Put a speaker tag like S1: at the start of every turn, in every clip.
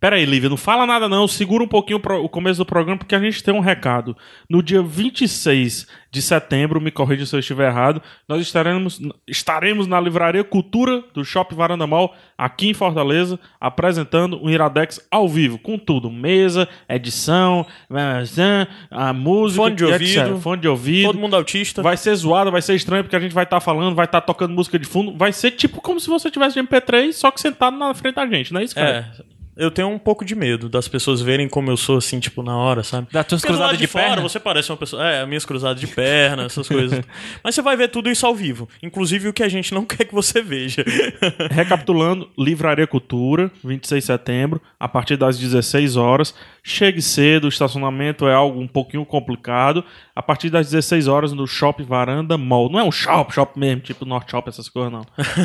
S1: Pera aí, Lívia, não fala nada não, segura um pouquinho pro- o começo do programa porque a gente tem um recado. No dia 26 de setembro, me corrija se eu estiver errado, nós estaremos, estaremos na Livraria Cultura do Shopping Varanda Mall, aqui em Fortaleza, apresentando o Iradex ao vivo, com tudo, mesa, edição, eh, a música,
S2: Fone de
S1: e
S2: ouvido.
S1: etc. fone de ouvido.
S2: Todo mundo tá- autista.
S1: Vai ser zoado, vai ser estranho, porque a gente vai estar falando, vai estar tocando música de fundo. Vai ser tipo como se você tivesse de MP3, só que sentado na frente da gente, não é isso, cara?
S2: É. Eu tenho um pouco de medo das pessoas verem como eu sou assim, tipo, na hora, sabe?
S3: Das tuas
S2: Porque do
S3: cruzadas
S2: lado
S3: de
S2: fora,
S3: perna?
S2: você parece uma pessoa. É, minhas cruzadas de perna, essas coisas. Mas você vai ver tudo isso ao vivo. Inclusive o que a gente não quer que você veja.
S1: Recapitulando, Livraria Cultura, 26 de setembro, a partir das 16 horas. Chegue cedo, o estacionamento é algo um pouquinho complicado. A partir das 16 horas no Shopping Varanda Mall. Não é um shop, shop mesmo, tipo North Shop, essas coisas, não.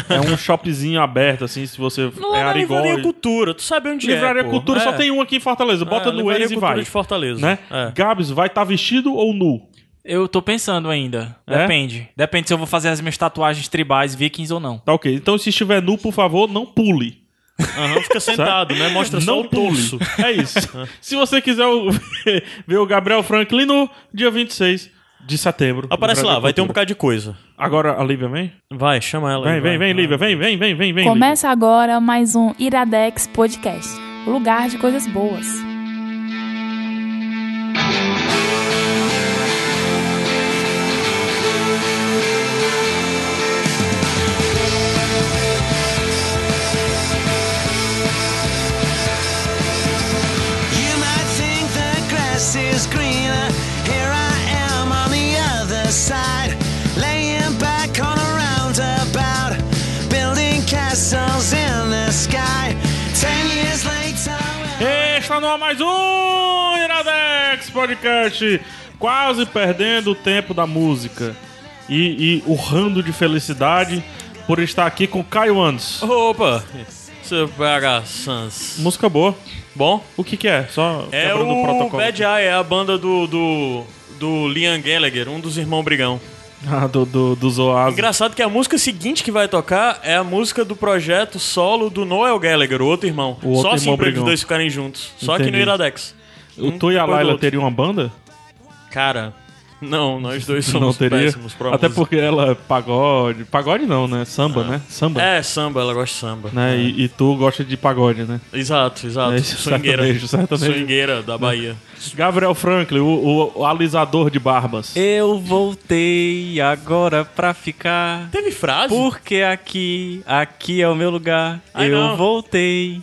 S1: É um shopzinho aberto, assim, se você
S2: Não
S1: é
S2: é, na
S1: Arigol.
S2: Livraria
S1: e-
S2: Cultura, tu sabe onde
S1: Livraria
S2: é. pô.
S1: Cultura só
S2: É.
S1: tem um aqui em Fortaleza. Bota
S2: É,
S1: no
S2: Livraria
S1: Waze e
S2: Cultura
S1: vai.
S2: de Fortaleza.
S1: né?
S2: É.
S1: Gabs, vai estar vestido ou nu?
S3: Eu tô pensando ainda.
S1: É?
S3: Depende. Depende se eu vou fazer as minhas tatuagens tribais, vikings ou não.
S1: Tá ok. Então, se estiver nu, por favor, não pule.
S2: É, Aham, fica sentado, né? Mostra só
S1: não
S2: o pulso.
S1: É isso. se você quiser o- ver o Gabriel Franklin no dia 26 de setembro.
S2: Aparece lá, vai ter um
S1: bocado.
S2: bocado de coisa.
S1: Agora a Lívia vem?
S2: Vai, chama ela
S1: Vem,
S2: aí,
S1: vem,
S2: vai,
S1: vem,
S2: vai.
S1: Lívia. Vem, vem, vem, vem, vem.
S4: Começa agora mais um Iradex Podcast, o lugar de coisas boas.
S5: You might think the grass is greener. Here I am on the other side, laying back on a roundabout, building castles in the sky. Ten years later. we're-
S1: Está no ar mais um Iradex Podcast. Quase perdendo o tempo da música e, e urrando de felicidade por estar aqui com Caio Andes.
S2: Opa! Seu BH Sans.
S1: Música boa.
S2: Bom?
S1: O que que é? Só
S2: É
S1: quebrando o
S2: o
S1: protocolo.
S2: Bad Eye, é a banda do, do, do Liam Gallagher, um dos irmãos Brigão.
S1: Ah, do, do, dos Oasis.
S2: Engraçado que a música seguinte que vai tocar é a música do projeto solo do Noel Gallagher, o outro irmão.
S1: O outro
S2: Só assim
S1: irmão
S2: pra eles
S1: Brigão.
S2: dois ficarem juntos. Só que no
S1: Entendi.
S2: Iradex.
S1: o tu e a
S2: depois do
S1: Laila
S2: outro.
S1: teriam uma banda?
S2: Cara, não, nós dois
S1: não
S2: somos
S1: teria.
S2: péssimos pra
S1: Até
S2: música.
S1: porque ela é pagode. Pagode não, né? Samba, né? Samba.
S2: É, samba, ela gosta de samba.
S1: Né? E, e tu gosta de pagode, né?
S2: Exato, exato.
S1: É isso,
S2: Swingueira.
S1: sertanejo, sertanejo. Né?
S2: Swingueira da Bahia.
S1: Gabriel Franklin, o, o- o alisador de barbas.
S3: Eu voltei agora pra ficar.
S2: Teve frase?
S3: Porque aqui, aqui é o meu lugar.
S2: Ai,
S3: eu
S2: não.
S3: voltei.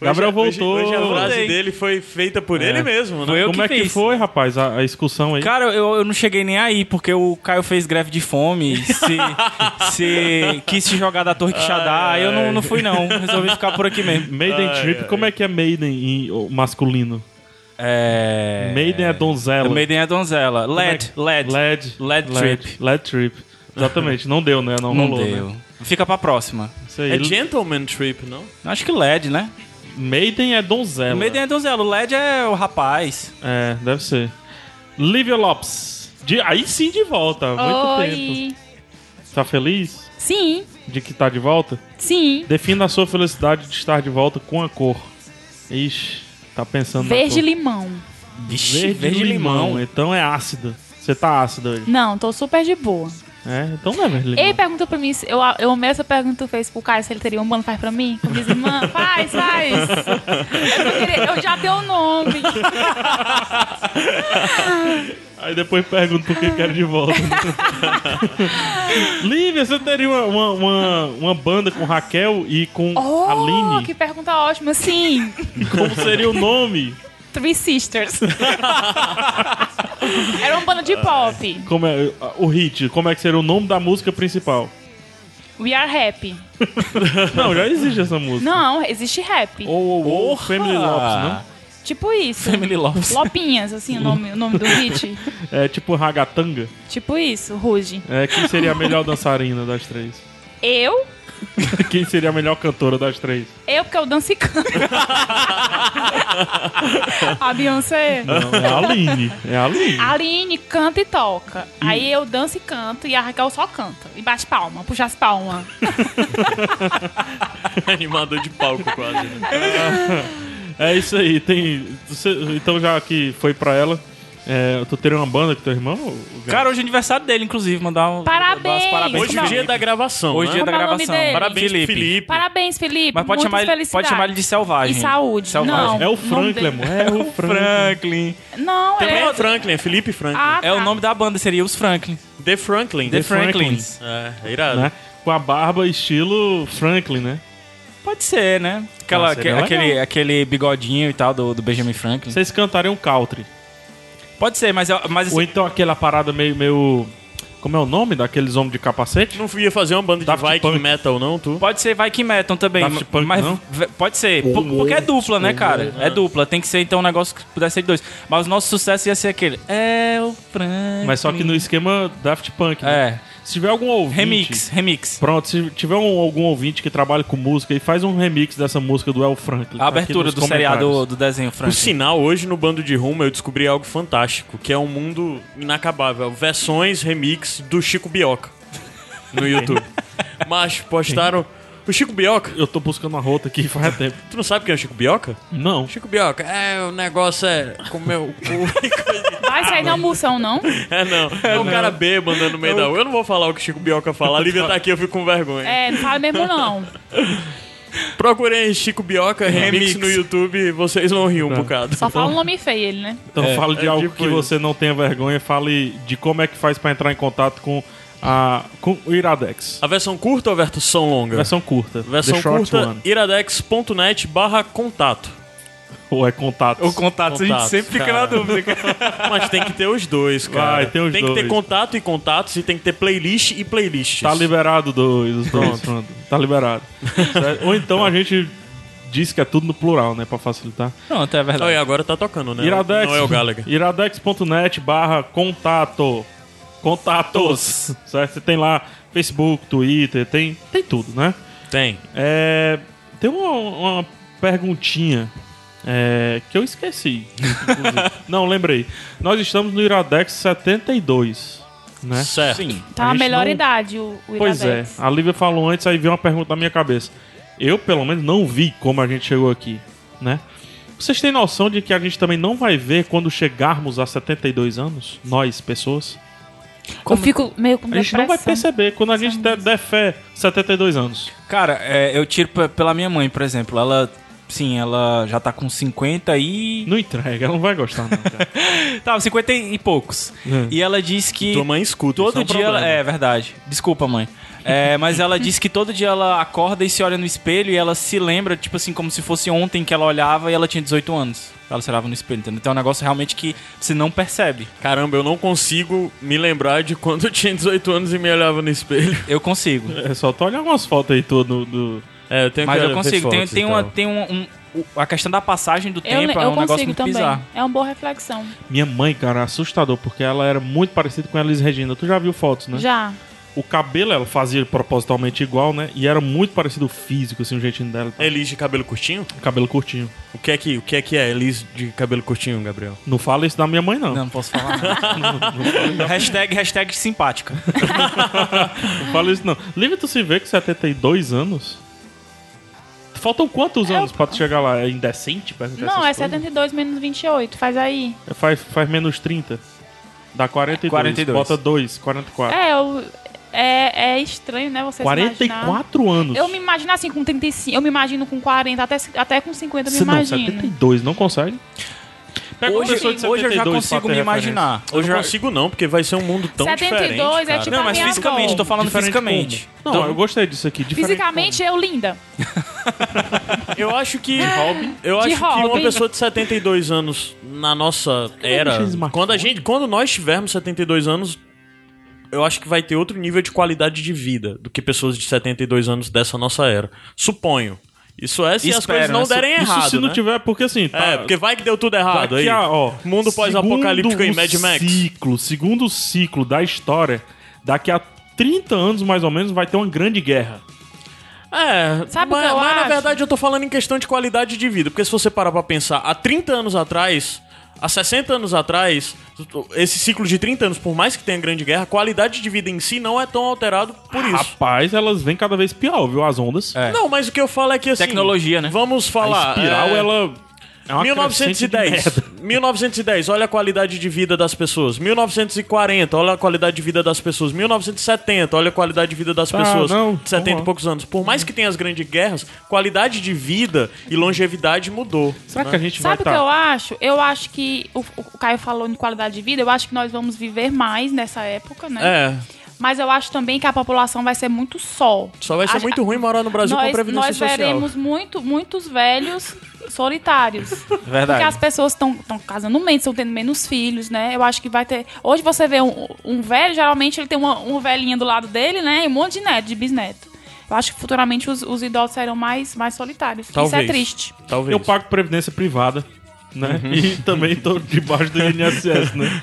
S2: Hoje a-
S1: Gabriel
S2: hoje-
S1: voltou.
S2: Hoje, a frase
S3: Voltei.
S2: dele foi feita por
S1: É.
S2: ele mesmo,
S3: Foi
S2: né?
S3: eu
S1: Como
S3: que
S1: é que
S3: fiz.
S1: foi, rapaz, a, a excursão aí?
S3: Cara, eu, eu não cheguei nem aí, porque o Caio fez greve de fome, se, se quis se jogar da Torre Quixadá, eu não, não fui não, resolvi ficar por aqui mesmo.
S1: Maiden
S2: Ai,
S1: Trip,
S2: ai.
S1: como é que é Maiden em o masculino?
S3: É...
S1: Maiden é donzela.
S3: Maiden é donzela. LED, LED,
S1: LED.
S3: LED Trip.
S1: LED Trip. Exatamente, não deu, né? Não,
S3: Não
S1: rolou,
S3: deu.
S1: né?
S3: Fica pra próxima.
S1: Isso aí.
S2: É Gentleman Trip, não?
S3: Acho que LED, né?
S1: Maiden é donzela.
S3: Maiden é donzela, o LED é o rapaz.
S1: É, deve ser. Lívia Lopes. De, aí sim de volta. há Muito tempo. Tá feliz
S4: Sim,
S1: de que tá de volta?
S4: sim.
S1: Defina a sua felicidade de estar de volta com a cor. Ixi, tá pensando
S4: Verde
S1: na cor.
S4: limão.
S3: Vixe, verde limão.
S1: Então é ácida. Você tá ácida hoje.
S4: Não, tô super de boa.
S1: É, então não é verde limão.
S4: Ele perguntou pra mim, se- eu, eu amei essa pergunta que tu fez pro Caio, se ele teria uma banda, faz pra mim. Eu disse, irmã, faz, faz. Eu, só queria- eu já dei o nome.
S1: Aí depois pergunto por que quero de volta. Lívia, você teria uma, uma, uma- uma banda com Raquel e com
S4: Oh,
S1: Aline?
S4: que pergunta ótima. Sim,
S1: Como seria o nome?
S4: Three Sisters. Era uma banda de pop.
S1: Como é, o hit, como é que seria o nome da música principal?
S4: We Are Happy.
S1: Não, já existe essa música.
S4: Não, existe rap.
S1: Ou, ou, ou Family Lopes, não?
S4: Tipo isso.
S3: Family Lopes.
S4: Lopinhas, assim, o nome, o nome do hit.
S1: É tipo Ragatanga.
S4: tipo isso, Ruge.
S1: É, quem seria a melhor dançarina das três?
S4: Eu,
S1: Quem seria a melhor cantora das três?
S4: eu porque é eu danço e canto. a Beyoncé.
S1: Não, é a Aline. É a Aline.
S4: A Aline canta e toca. Aí eu danço e canto e a Raquel só canta. E bate palma, puxa as palmas.
S2: Animador de palco quase. né?
S1: É isso aí, tem. você- então já que foi pra ela, é, tu teria uma banda com teu irmão?
S3: Cara, hoje é aniversário dele, inclusive. Mandar um.
S4: Parabéns!
S3: dar os parabéns
S2: Hoje
S3: pra
S2: o
S4: Não.
S2: dia
S3: ele.
S2: da gravação,
S3: Hoje
S2: né?
S3: é dia da
S4: Como é o nome
S3: gravação.
S4: dele?
S2: Parabéns, Felipe.
S4: Parabéns, Felipe.
S3: Mas
S4: Muitas
S3: pode chamar, ele, pode
S4: felicidades.
S3: chamar ele de selvagem.
S4: E saúde.
S3: Selvagem.
S1: é o
S4: Não,
S1: Franklin,
S4: não
S1: amor. É o Franklin.
S3: Franklin.
S4: Não,
S2: Também
S4: é...
S2: é Franklin, é Felipe Franklin.
S4: Ah, tá.
S3: É o nome da banda, seria os Franklin.
S2: The Franklin.
S3: The,
S1: The
S3: Franklins.
S2: É, é irado.
S1: Né? Com a barba estilo Franklin, né?
S3: Pode ser, né? Aquela,
S1: Ah, seria
S3: aque- aquele, aquele bigodinho e tal do, do Benjamin Franklin.
S1: Vocês cantariam country.
S3: Pode ser, mas, eu- mas assim,
S1: Ou então aquela parada meio, meio. Como é o nome daqueles homens de capacete?
S2: Não ia fazer uma banda
S1: Daft
S2: de Viking
S1: Punk.
S2: Metal, não, tu?
S3: Pode ser vai que metam também.
S1: Daft Punk,
S3: mas
S1: não?
S3: v- pode ser. P- porque é dupla, né, cara? É dupla. Tem que ser então um negócio que pudesse ser de dois. Mas o nosso sucesso ia ser aquele. É o Frank.
S1: Mas só que no esquema Daft Punk. né?
S3: É.
S1: Se tiver algum ouvinte.
S3: Remix, remix.
S1: Pronto, se tiver um- algum ouvinte que trabalha com música e faz um remix dessa música do El Franklin.
S3: A
S1: aqui
S3: abertura
S1: nos
S3: do
S1: comentários.
S3: seriado do desenho
S2: Por
S3: Frank.
S2: sinal, hoje no Bando de Rumo eu descobri algo fantástico, que é um mundo inacabável. Versões remix do Chico Bioca no YouTube. Macho, postaram... O Chico Bioca...
S1: Eu tô buscando a rota aqui faz tempo.
S2: Tu não sabe quem é o Chico Bioca?
S1: Não.
S2: Chico Bioca, é, o negócio é comer o cu.
S4: Vai sair na moção, não?
S2: É, não. É um cara bêbado no meio da rua. Eu não vou falar o que o Chico Bioca fala. A Lívia tá aqui, eu fico com vergonha.
S4: É, não fala mesmo, não.
S2: Procurem Chico Bioca remix,
S3: Remix.
S2: no YouTube e vocês vão rir um bocado.
S4: Só fala um nome feio, ele, né?
S1: Então fale de
S2: é
S1: algo
S2: tipo
S1: que
S2: isso.
S1: você não tenha vergonha, fale de como é que faz pra entrar em contato com a com o Iradex.
S2: A versão curta ou a versão longa?
S1: Versão curta.
S2: Versão
S1: The short
S2: curta,
S1: one.
S2: iradex.net barra contato.
S1: Ou é contato.
S3: O contato, a gente
S2: Contatos,
S3: sempre fica na
S2: cara.
S3: dúvida. cara.
S2: Mas tem que ter os dois, cara.
S1: Vai, tem os
S2: que ter
S1: dois.
S2: contato e contatos e tem que ter playlist e playlists.
S1: Tá liberado dois. Pronto. pronto. Tá liberado. Certo? Ou então a gente diz que é tudo no plural, né? Pra facilitar.
S3: Pronto, é
S2: Oh, e
S3: verdade.
S2: agora tá tocando, né?
S1: Iradex.
S2: Não é o Gallagher.
S1: Iradex.net barra contato. Contatos. Certo? Você tem lá Facebook, Twitter, tem, tem tudo, né?
S2: Tem.
S1: É, tem uma, uma perguntinha é, que eu esqueci. inclusive. Não, lembrei. Nós estamos no Iradex 72, né?
S3: é.
S2: Certo.
S4: Tá
S1: A
S4: a
S1: gente
S4: melhor
S1: não-
S4: idade, o, o
S1: Pois é,
S4: Iradex.
S1: a Lívia falou antes, aí veio uma pergunta na minha cabeça. Eu, pelo menos, não vi como a gente chegou aqui, né? Vocês têm noção de que a gente também não vai ver quando chegarmos a 72 anos? Nós, pessoas?
S4: Eu fico meio com
S1: A gente não vai
S4: depressão.
S1: perceber quando a gente der, der fé 72 anos.
S3: Cara, é, eu tiro pe- pela minha mãe, por exemplo. Ela, sim, ela já tá com 50 e.
S1: Não entrega, ela não vai gostar, não, cara.
S3: Tá, 50 e poucos.
S1: Hum.
S3: E ela diz que.
S2: Tua mãe escuta. isso é
S3: Todo
S2: um
S3: dia ela.
S2: problema.
S3: É verdade. Desculpa, mãe. É, mas ela diz que todo dia ela acorda e se olha no espelho e ela se lembra, tipo assim, como se fosse ontem que ela olhava e ela tinha 18 anos. Ela se olhava no espelho, entendeu? Então é um negócio realmente que você não percebe.
S2: Caramba, eu não consigo me lembrar de quando eu tinha 18 anos e me olhava no espelho.
S3: Eu consigo.
S1: É só tu olhar umas fotos aí tua do. do...
S2: É, eu tenho
S3: Mas
S2: que
S3: eu
S2: ver
S3: consigo. Tem,
S2: fotos e
S3: tem,
S2: tal.
S3: uma,
S4: então.
S3: tem um, um- o- A questão da passagem do
S4: Eu,
S3: tempo é
S4: eu
S3: um negócio
S4: consigo
S3: muito
S4: também.
S3: bizarro.
S4: É uma boa reflexão.
S2: Né?
S1: Minha mãe, cara, é assustador, porque ela era muito parecida com a Elis Regina. Tu já viu fotos, né?
S4: Já.
S1: O cabelo ela fazia propositalmente igual, né? E era muito parecido o físico, assim, o jeitinho dela.
S2: Elis de cabelo curtinho?
S1: O cabelo curtinho.
S2: O que é que, o que, é, que é Elis de cabelo curtinho, Gabriel?
S1: Não fala isso da minha mãe, não.
S3: Não, não posso falar. não. hashtag, hashtag simpática.
S1: Não fala isso, não. Lívia, tu se vê com 72 anos? Faltam quantos anos pra tu chegar lá? É indecente? perguntar
S4: Não,
S1: essas
S4: é
S1: coisas?
S4: 72 menos 28. Faz aí.
S1: É, Faz, faz menos 30. Dá 42.
S3: 42.
S1: Bota 2, 44.
S4: É, eu, é, é estranho, né? Você se imaginar.
S1: 44 anos.
S4: Eu me imagino assim com 35, eu me imagino com 40, até, até com 50 eu me
S1: Você não,
S4: imagino.
S1: 72, não consegue? Pega uma
S3: Hoje,
S1: pessoa de
S3: hoje eu já
S1: 72 pra ter
S3: consigo me
S1: referência.
S3: imaginar.
S2: Eu
S3: Hoje
S2: não
S3: eu-
S2: consigo não, porque vai ser um mundo tão
S4: 72
S2: diferente,
S4: é
S2: cara.
S4: tipo-
S3: Não, mas
S4: minha avó.
S3: fisicamente, tô falando
S1: Diferente
S3: fisicamente.
S1: como? Não, eu gostei disso aqui. diferente
S4: Fisicamente eu linda.
S2: Eu acho que... Eu
S4: De
S2: acho que uma
S4: hobby.
S2: pessoa de 72 anos na nossa era...
S1: mexer em smartphone?
S2: Quando, a gente, quando nós tivermos 72 anos, eu acho que vai ter outro nível de qualidade de vida do que pessoas de 72 anos dessa nossa era. Suponho. Isso é se as
S3: Espero,
S2: coisas não
S3: né?
S2: derem
S1: como.
S2: errado,
S1: Isso se não
S2: né?
S1: tiver, porque assim, tá,
S2: É, porque vai que deu tudo errado
S1: Daqui
S2: aí.
S1: a, ó,
S2: Mundo pós-apocalíptico em
S1: segundo
S2: Mad Max.
S1: Ciclo, segundo ciclo da história, daqui a 30 anos mais ou menos vai ter uma grande guerra.
S2: É,
S4: Sabe o
S2: mas,
S4: que eu
S2: mas na
S4: acho?
S2: verdade eu tô falando em questão de qualidade de vida, porque se você parar pra pensar, há 30 anos atrás, há 60 anos atrás, esse ciclo de 30 anos, por mais que tenha grande guerra, a qualidade de vida em si não é tão alterado por isso.
S1: Rapaz, elas vêm cada vez pior, viu? As ondas.
S3: É.
S2: Não, mas o que eu falo é que assim,
S3: Tecnologia, né?
S2: Vamos
S1: A
S2: falar,
S1: espiral,
S2: é,
S1: ela É uma crescente
S2: 1910. 1910, olha a qualidade de vida das pessoas. 1940, olha a qualidade de vida das pessoas. 1970, olha a qualidade de vida das
S1: Tá,
S2: pessoas.
S1: não,
S2: de 70
S1: vamos
S2: e
S1: lá.
S2: poucos anos. Por mais que tenha as grandes guerras, qualidade de vida e longevidade mudou.
S1: Será que a gente
S4: Sabe o
S2: tá.
S1: vai tá
S4: que eu
S1: estar...
S4: acho? Eu acho que o, o Caio falou em qualidade de vida, eu acho que nós vamos viver mais nessa época, né?
S2: É,
S4: Mas eu acho também que a população vai ser muito sol.
S2: só vai ser
S4: A-
S2: muito ruim morar no Brasil com
S4: nós,
S2: previdência
S4: nós
S2: social.
S4: veremos muito, muitos velhos solitários. Porque as pessoas estão casando menos, estão tendo menos filhos, né? Eu acho que vai ter. Hoje você vê um, um velho, geralmente ele tem uma, uma velhinha do lado dele, né? E um monte de neto, de bisneto. Eu acho que futuramente os, os idosos serão mais, mais solitários. Isso é
S2: Talvez.
S4: triste.
S2: Talvez.
S1: Eu pago previdência privada, né?
S2: Uhum.
S1: E também tô debaixo do INSS, né?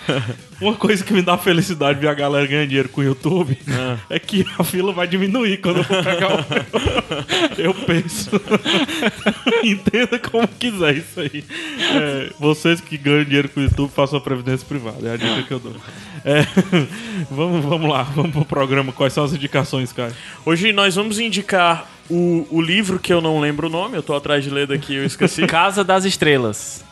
S1: Uma coisa que me dá felicidade ver a galera ganhar dinheiro com o YouTube
S2: Ah.
S1: é que a fila vai diminuir quando eu for pegar o meu. Eu penso. Entenda como quiser isso aí. É, vocês que ganham dinheiro com o YouTube, façam a previdência privada. É a dica que eu dou. É, vamos, vamos lá, vamos pro programa. Quais são as indicações, cara?
S2: Hoje nós vamos indicar o, o livro que eu não lembro o nome, eu tô atrás de ler daqui, eu esqueci.
S3: Casa das Estrelas.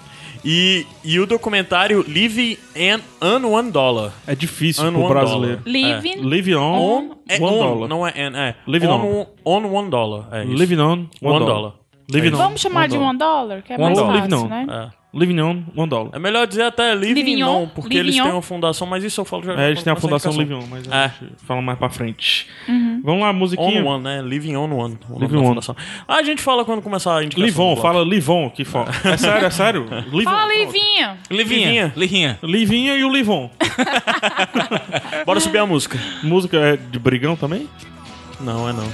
S2: e, e o documentário Live and Earn One Dollar.
S1: É difícil
S2: Ano
S1: pro
S2: um
S1: brasileiro.
S3: É,
S1: Um,
S4: Live
S1: Live on,
S2: On, é
S1: one
S2: on,
S1: dollar.
S2: não é and, é.
S1: Live
S2: on,
S1: on.
S2: on one dollar, é isso.
S1: Living on one,
S2: One
S1: dollar.
S2: dollar.
S1: Living on.
S3: um
S4: Vamos chamar de
S1: dollar.
S4: one dollar, que é
S3: One
S4: mais
S3: dollar.
S4: fácil,
S1: Livre não.
S4: né?
S2: É.
S1: Living on one dollar.
S2: É melhor dizer até Living,
S4: Living on,
S2: On, porque eles
S4: Living
S2: têm
S4: on.
S2: uma fundação, mas isso eu falo já.
S1: É, eles têm a
S2: quando
S1: Fundação
S2: começa a
S1: Living
S2: indicação.
S1: on, mas
S2: É.
S1: a gente fala mais pra frente.
S4: Uhum.
S1: Vamos lá, musiquinha.
S2: On One, né? Living On One. o nome
S1: Living
S2: da
S1: on.
S2: fundação. Ah, a gente fala quando começar a indicação.
S1: Livon,
S2: do bloco.
S1: fala Livon que fala. É sério, é sério. Livon.
S4: Fala, Livinha!
S3: Livinha.
S2: Livinha.
S3: Livinha.
S1: Livinha e o Livon.
S2: Bora subir a música.
S1: Música é de brigão também?
S2: Não, é não.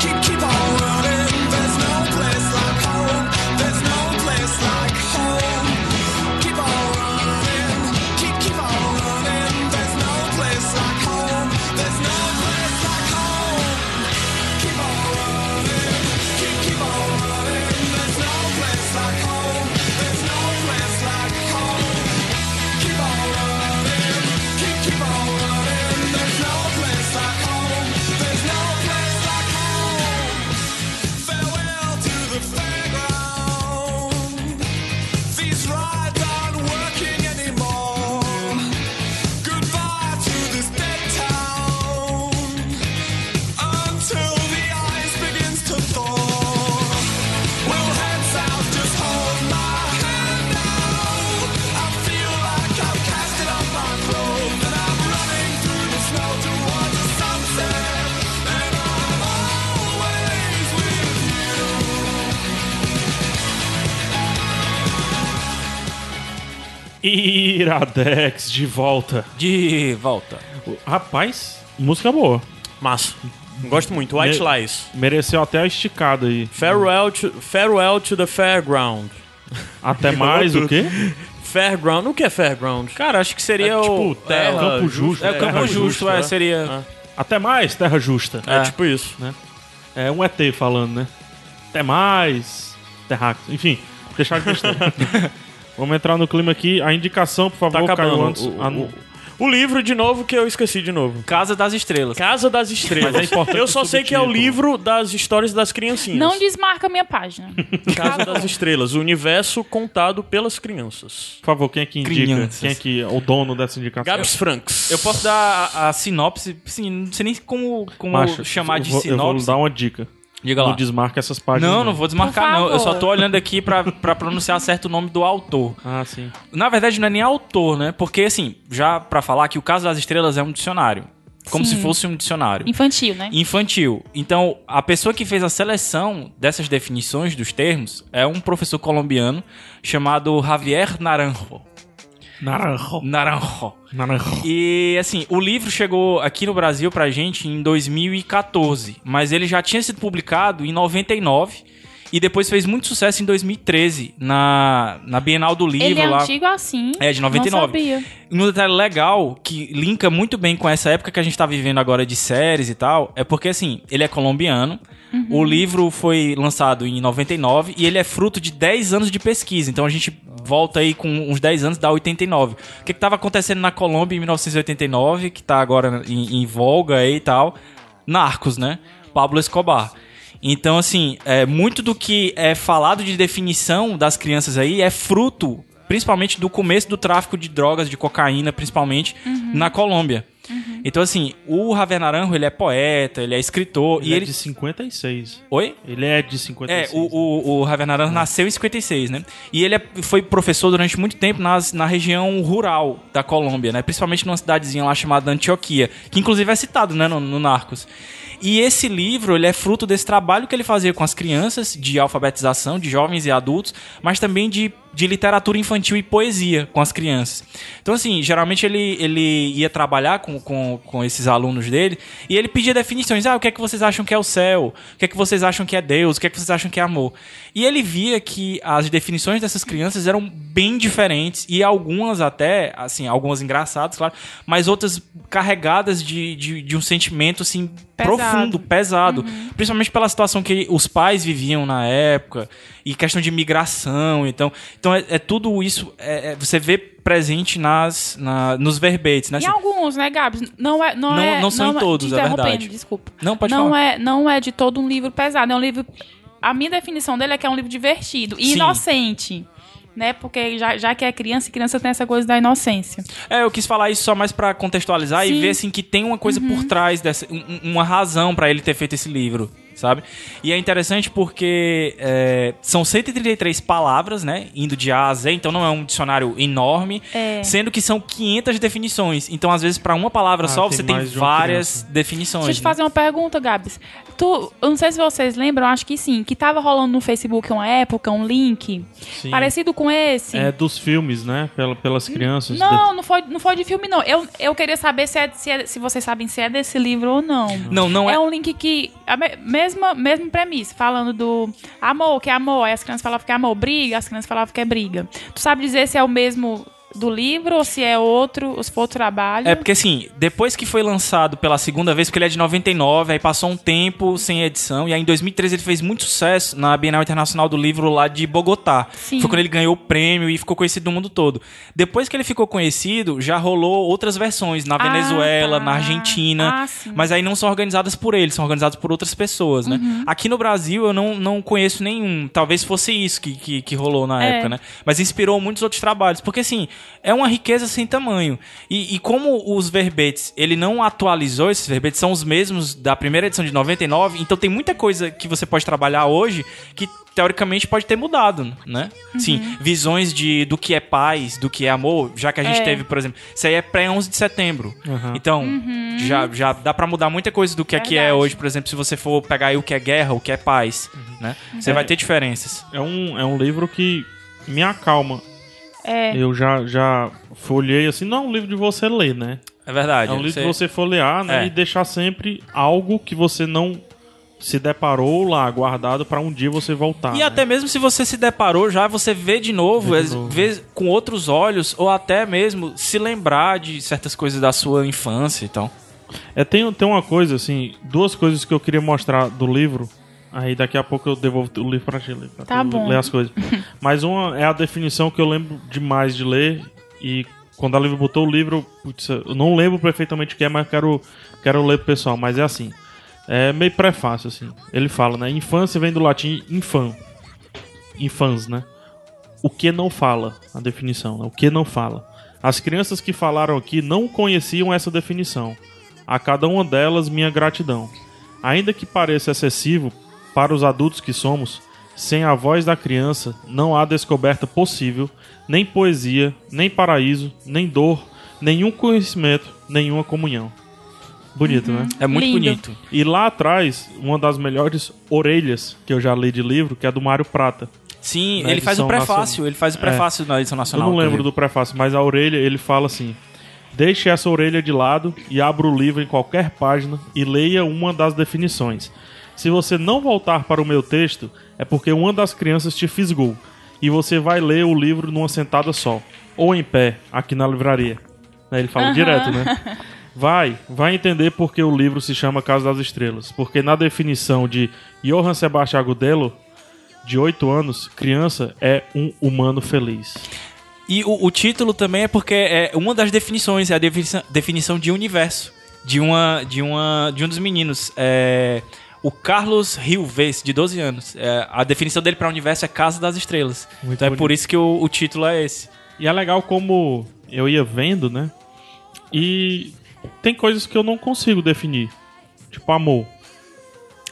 S6: Keep, keep on running. There's no place like home. There's no place like home. Keep on running. Keep, keep on running. There's no place like home. There's no place like home. Keep on running. Keep, keep on running. There's no place like home. There's no place like home. Keep on running. Keep, keep on running. There's no place like home. There's no place like home. Farewell to the fairground. These rides aren't working anymore. Goodbye to this dead town. Until the ice begins to thaw. We'll head south, just hold my hand now. I feel like I've casted off my clothes and I'm running through the snow towards the sunset. And I'm always with you.
S1: Iradex de volta.
S3: De volta.
S1: Rapaz, música boa.
S2: Massa. Gosto muito. White
S1: Me-
S2: Lies.
S1: Mereceu até a esticada aí.
S2: Farewell to, farewell to the Fairground.
S1: Até mais o quê?
S2: Fairground. O que é Fairground?
S3: Cara, acho que seria
S2: É
S3: o...
S2: tipo terra,
S1: Campo Justo.
S3: É, o Campo
S1: Terra
S3: Justo, é,
S1: né?
S3: seria...
S1: Até mais, Terra Justa.
S2: É, tipo isso.
S1: É um ET falando, né? Até mais. Terráqueos. Enfim, deixar de besteira. Vamos entrar no clima aqui. A indicação, por
S2: Tá
S1: favor,
S2: acabando.
S1: Caio Antes.
S2: O,
S1: Ah,
S2: o- o livro, de novo, que eu esqueci de novo.
S3: Casa das Estrelas.
S2: Casa das Estrelas.
S1: Mas é importante
S2: eu só
S1: o
S2: sei que é o
S1: subtítulo.
S2: livro das histórias das criancinhas.
S4: Não desmarca a minha página.
S2: Casa das Estrelas, o universo contado pelas crianças.
S1: por favor, quem é que indica?
S3: Crianças.
S1: Quem é que é o dono dessa indicação?
S2: Gabs Franks.
S3: Eu posso dar a, a sinopse, sim, não sei nem como, como
S1: Macho,
S3: chamar
S1: eu
S3: de
S1: vou- Eu vou
S3: sinopse.
S1: dar uma dica.
S3: Diga lá.
S1: Não desmarca essas páginas.
S3: Não, não vou desmarcar,
S4: Por
S3: não. Eu só
S4: favor.
S3: tô olhando aqui pra, pra pronunciar certo o nome do autor.
S1: Ah, sim.
S3: Na verdade, não é nem autor, né? Porque, assim, já pra falar que o caso das estrelas é um dicionário. Como se fosse um dicionário.
S4: Infantil, né?
S3: Infantil. Então, a pessoa que fez a seleção dessas definições dos termos é um professor colombiano chamado Javier Naranjo.
S1: Naranjo.
S3: Naranjo.
S1: Naranjo.
S3: E assim, o livro chegou aqui no Brasil pra gente em 2014, mas ele já tinha sido publicado em 99 e depois fez muito sucesso em 2013 na, na Bienal do Livro
S4: Ele é
S3: lá.
S4: antigo assim.
S3: É, de 99.
S4: Não sabia.
S3: Um detalhe legal que linka muito bem com essa época que a gente tá vivendo agora de séries e tal, é porque assim, ele é colombiano.
S4: Uhum.
S3: O livro foi lançado em 99 e ele é fruto de 10 anos de pesquisa. Então a gente volta aí com uns 10 anos da 89. O que que tava acontecendo na Colômbia em 1989, que tá agora em, em voga aí e tal? Narcos, né? Pablo Escobar. Então, assim, é, muito do que é falado de definição das crianças aí é fruto, principalmente, do começo do tráfico de drogas, de cocaína, principalmente, na Colômbia. Então, assim, o Javier Naranjo, ele é poeta, ele é escritor,
S1: Ele,
S3: e
S1: é
S3: ele...
S1: de 56.
S3: Oi?
S1: Ele é de
S3: É,
S1: 56.
S3: o, o, o Javier Naranjo nasceu em 56, né? E ele é- foi professor durante muito tempo nas, na região rural da Colômbia, né? Principalmente numa cidadezinha lá chamada Antioquia, que inclusive é citado, né, no, no Narcos. E esse livro, ele é fruto desse trabalho que ele fazia com as crianças de alfabetização, de jovens e adultos, mas também de, de literatura infantil e poesia com as crianças. Então, assim, geralmente ele, ele ia trabalhar com, com, com esses alunos dele e ele pedia definições. Ah, o que é que vocês acham que é o céu? O que é que vocês acham que é Deus? O que é que vocês acham que é amor? E ele via que as definições dessas crianças eram bem diferentes e algumas até, assim, algumas engraçadas, claro, mas outras carregadas de, de, de um sentimento, assim,
S4: Pesado.
S3: profundo, pesado. Principalmente pela situação que os pais viviam na época e questão de migração. Então, então é, é tudo isso, é- é- você vê presente nas, na- nos verbetes, né?
S4: Em alguns, né, Gabs? Não, é, não,
S3: Não-
S4: é,
S3: não são em todos,
S4: te
S3: é
S4: interrompendo,
S3: verdade.
S4: Desculpa.
S3: Não, pode
S4: não
S3: falar.
S4: É, não é de todo um livro pesado, é um livro... A minha definição dele é que é um livro divertido e
S3: Sim.
S4: inocente, né? Porque já, já que é criança, criança tem essa coisa da inocência.
S3: É, eu quis falar isso só mais pra contextualizar e
S4: Sim. Uhum.
S3: ver assim que tem uma coisa por trás dessa, um- um- uma razão pra ele ter feito esse livro, sabe? E é interessante porque é, são 133 palavras, né, indo de A a Z, então não é um dicionário enorme,
S4: É.
S3: sendo que são 500 definições. Então, às vezes pra uma palavra
S1: Ah,
S3: só
S1: tem
S3: você tem
S1: mais de uma
S3: várias definições.
S4: Deixa eu te
S3: né?
S4: fazer uma pergunta, Gabs. Tu, eu não sei se vocês lembram, acho que sim, que tava rolando no Facebook uma época, um link
S1: Sim.
S4: parecido com esse.
S1: É dos filmes, né? Pela- pelas crianças.
S4: Não, não foi, não foi de filme, não. Eu, eu queria saber se, é- se, é- se vocês sabem se é desse livro ou não.
S3: Não, não é.
S4: um link que. A me- mesma, mesma premissa, falando do amor, que é amor, aí as crianças falavam que é amor, briga, as crianças falavam que é briga. Tu sabe dizer se é o mesmo do livro ou se é outro, ou se for outro trabalho?
S3: É porque assim, depois que foi lançado pela segunda vez, porque ele é de 99, aí passou um tempo sem edição, e aí em 2013 ele fez muito sucesso na Bienal Internacional do Livro lá de Bogotá.
S4: Sim.
S3: Foi quando ele ganhou o prêmio e ficou conhecido no mundo todo. Depois que ele ficou conhecido, já rolou outras versões na
S4: Ah,
S3: Venezuela,
S4: tá.
S3: na Argentina,
S4: Ah, sim.
S3: mas aí não são organizadas por ele, são organizadas por outras pessoas, né?
S4: Uhum.
S3: Aqui no Brasil eu não, não conheço nenhum, talvez fosse isso que, que, que rolou na
S4: É.
S3: época, né? Mas inspirou muitos outros trabalhos. Porque, assim, é uma riqueza sem tamanho. E, e como os verbetes, ele não atualizou esses verbetes, são os mesmos da primeira edição de 99, então tem muita coisa que você pode trabalhar hoje que teoricamente pode ter mudado, né? Sim,
S4: Uhum.
S3: visões de do que é paz, do que é amor, já que a gente
S4: É.
S3: teve, por exemplo, isso aí é pré 11 de setembro.
S1: Aham.
S3: Então, já, já dá pra mudar muita coisa do que é que é
S4: Uhum. Verdade.
S3: hoje, por exemplo, se você for pegar aí o que é guerra, o que é paz, né?
S4: Uhum.
S3: Você vai ter diferenças.
S1: É um, é um livro que me acalma.
S4: É.
S1: Eu já, já folhei assim. Não é um livro de você ler, né?
S3: É verdade.
S1: É um livro
S3: você-
S1: de você folhear né?
S3: É.
S1: e deixar sempre algo que você não se deparou lá, guardado pra um dia você voltar.
S3: E
S1: né?
S3: até mesmo se você se deparou já, você vê de novo,
S1: Vê de
S3: às
S1: novo.
S3: vezes, com outros olhos, ou até mesmo se lembrar de certas coisas da sua infância e tal.
S1: É, tem, tem uma coisa, assim, duas coisas que eu queria mostrar do livro. Aí daqui a pouco eu devolvo o livro pra ti, ler, pra
S4: Tá
S1: tu
S4: bom.
S1: ler as coisas. Mas uma é a definição que eu lembro demais de ler. E quando a Livre botou o livro, putz, eu não lembro perfeitamente o que é, mas quero, quero ler pro pessoal. Mas é assim, é meio prefácio, assim. Ele fala, né? Infância vem do latim infam. Infans, né? O que não fala, a definição, né? o que não fala. As crianças que falaram aqui não conheciam essa definição. A cada uma delas, minha gratidão. Ainda que pareça excessivo, para os adultos que somos, sem a voz da criança não há descoberta possível, nem poesia, nem paraíso, nem dor, nenhum conhecimento, nenhuma comunhão. Bonito, né?
S3: É muito
S4: Lindo.
S3: bonito.
S1: E lá atrás, uma das melhores orelhas que eu já li de livro, que é a do Mário Prata.
S3: Sim,
S1: Na
S3: ele faz o
S1: edição
S3: prefácio,
S1: nacional.
S3: ele faz o prefácio na edição
S1: É. Eu
S3: nacional.
S1: não lembro do prefácio, mas a orelha ele fala assim: Deixe essa orelha de lado e abra o livro em qualquer página e leia uma das definições. Se você não voltar para o meu texto, é porque uma das crianças te fisgou e você vai ler o livro numa sentada só, ou em pé, aqui na livraria. Né, Ele fala direto, né? Vai, vai entender porque o livro se chama Casa das Estrelas. Porque na definição de Johann Sebastian Agudelo, de 8 anos, criança é um humano feliz.
S3: E o, o título também é porque é uma das definições, é a definição, definição de universo de uma de uma de um dos meninos, é o Carlos Rilves, de 12 anos. É, a definição dele para o universo é Casa das Estrelas.
S1: Muito
S3: então é
S1: bonito.
S3: por isso que o, o título é esse.
S1: E é legal como eu ia vendo, né? E tem coisas que eu não consigo definir. Tipo, amor.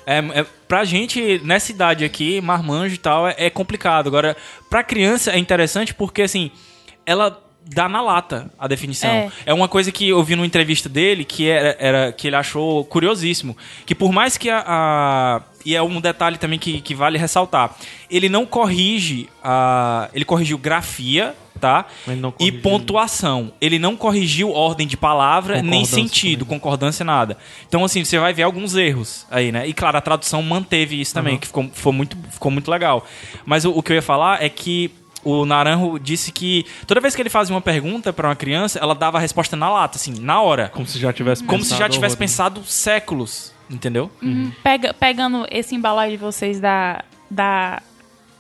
S3: É, é, pra gente, nessa idade aqui, marmanjo e tal, é, é complicado. Agora, pra criança é interessante porque, assim, ela dá na lata a definição.
S4: É.
S3: É, uma coisa que eu vi numa entrevista dele que era, era- que ele achou curiosíssimo. Que por mais que a. a- e é um detalhe também que, que vale ressaltar. Ele não corrige a. Ele corrigiu grafia, tá?
S1: Ele não
S3: e
S1: corrigiu-
S3: pontuação. Ele não corrigiu ordem de palavra, nem
S1: Concordância
S3: sentido, concordância, nada. Então, assim, você vai ver alguns erros aí, né? E claro, a tradução manteve isso também, que ficou, foi muito, ficou muito legal. Mas o, o que eu ia falar é que o Naranjo disse que toda vez que ele fazia uma pergunta pra uma criança, ela dava a resposta na lata, assim, na hora.
S1: Como se já tivesse
S3: Como se já
S1: Uhum. pensado, né?
S3: tivesse
S1: ó,
S3: pensado séculos, entendeu?
S1: Uhum.
S4: Pega- pegando esse embalagem de vocês da, da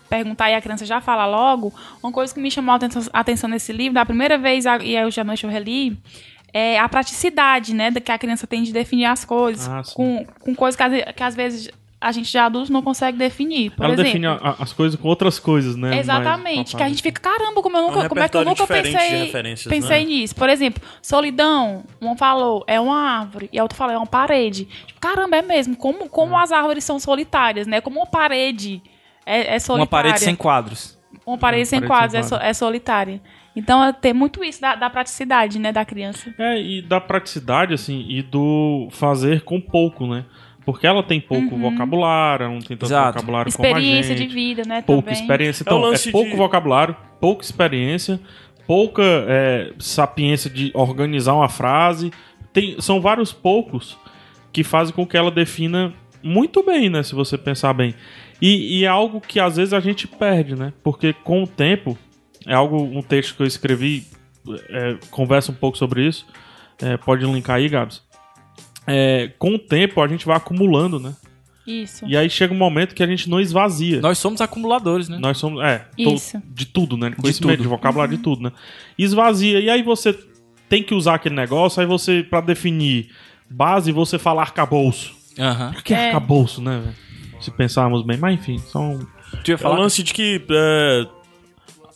S4: perguntar e a criança já fala logo, uma coisa que me chamou a atenção, a atenção nesse livro, da primeira vez, a- e hoje à noite eu reli, é a praticidade, né, da- que a criança tem de definir as coisas,
S1: Ah, sim.
S4: com, com coisas que, às- que às vezes a gente já adulto não consegue definir, por
S1: Ela
S4: exemplo.
S1: define a- as coisas com outras coisas, né?
S4: Exatamente, que a gente fica, caramba, como, eu nunca,
S2: um
S4: como é que eu
S2: repertório
S4: nunca
S2: diferente de
S4: pensei,
S2: referências,
S4: pensei
S2: né?
S4: nisso. Por exemplo, solidão, um falou, é uma árvore, e a outra falou, é uma parede. Tipo, caramba, é mesmo, como, como as árvores são solitárias, né? Como uma parede é, é solitária.
S3: Uma parede sem quadros.
S4: Uma parede sem
S1: parede
S4: quadros
S1: sem
S4: é, so- é solitária. Então, é, tem muito isso da, da praticidade, né, da criança.
S1: É, e da praticidade, assim, e do fazer com pouco, né? Porque ela tem pouco vocabulário, ela não tem tanto
S3: Exato.
S1: vocabulário como a gente.
S4: Uhum. Experiência de vida, né,
S1: pouca
S4: também.
S1: experiência.
S2: É o
S1: Então, é,
S2: lance
S1: pouco
S2: de-
S1: vocabulário, pouca experiência, pouca é, sapiência de organizar uma frase. Tem, são vários poucos que fazem com que ela defina muito bem, né? Se você pensar bem. E, e é algo que às vezes a gente perde, né? Porque com o tempo, é algo, um texto que eu escrevi, é, conversa um pouco sobre isso. É, pode linkar aí, Gabs. É, com o tempo a gente vai acumulando, né?
S4: Isso.
S1: E aí chega um momento que a gente não esvazia.
S3: Nós somos acumuladores, né?
S1: Nós somos. É, to-
S4: Isso. Uhum.
S1: de tudo, né? De conhecimento, de,
S3: tudo.
S1: vocabulário, de tudo, né? Esvazia. E aí você tem que usar aquele negócio, aí você, pra definir base, você fala arcabouço.
S3: Aham.
S1: Por que
S4: É.
S1: arcabouço, né, velho? Se pensarmos bem. Mas enfim, só um.
S3: Tu ia
S2: É o
S3: falar?
S2: lance de que é,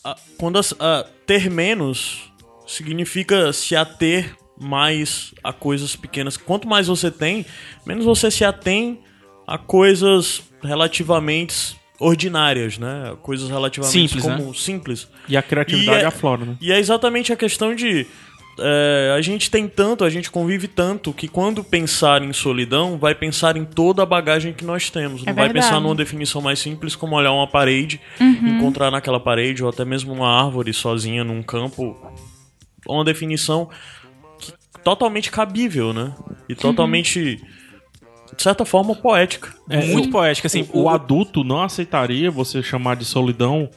S2: a- quando as- a- ter menos significa se ater mais a coisas pequenas. Quanto mais você tem, menos você se atém a coisas relativamente ordinárias, né? Coisas relativamente
S3: Simples,
S2: como simples.
S1: E a criatividade
S2: E é-
S1: aflora, né?
S2: E é exatamente a questão de. é, a gente tem tanto, a gente convive tanto, que quando pensar em solidão, vai pensar em toda a bagagem que nós temos. Não vai
S4: É verdade. Uhum.
S2: pensar numa definição mais simples como olhar uma parede, encontrar naquela parede, ou até mesmo uma árvore sozinha num campo. É Uma definição que- totalmente cabível, né? E
S4: Uhum.
S2: totalmente, de certa forma, poética.
S1: É,
S3: Muito poético, assim.
S1: o, o adulto não aceitaria você chamar de solidão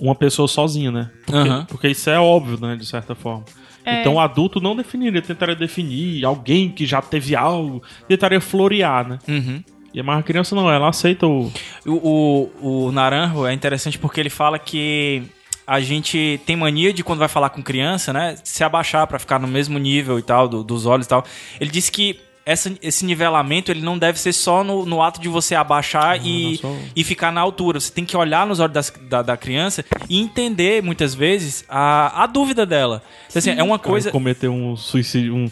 S1: uma pessoa sozinha, né? Porque,
S3: Aham.
S1: porque isso é óbvio, né? De certa forma. Então o adulto não definiria, tentaria definir alguém que já teve algo, tentaria florear, né?
S3: Uhum.
S1: E mas a criança não, ela aceita o.
S3: O, o, o Naranjo é interessante porque ele fala que a gente tem mania de quando vai falar com criança, né? Se abaixar pra ficar no mesmo nível e tal, do- dos olhos e tal. Ele disse que essa, esse nivelamento ele não deve ser só no, no ato de você abaixar e,
S1: não, só-
S3: e ficar na altura. Você tem que olhar nos olhos das- da, da criança e entender, muitas vezes, a, a dúvida dela. Então, assim, é uma
S1: Coisa...
S3: coisa.
S1: Cometer um suicídio, um,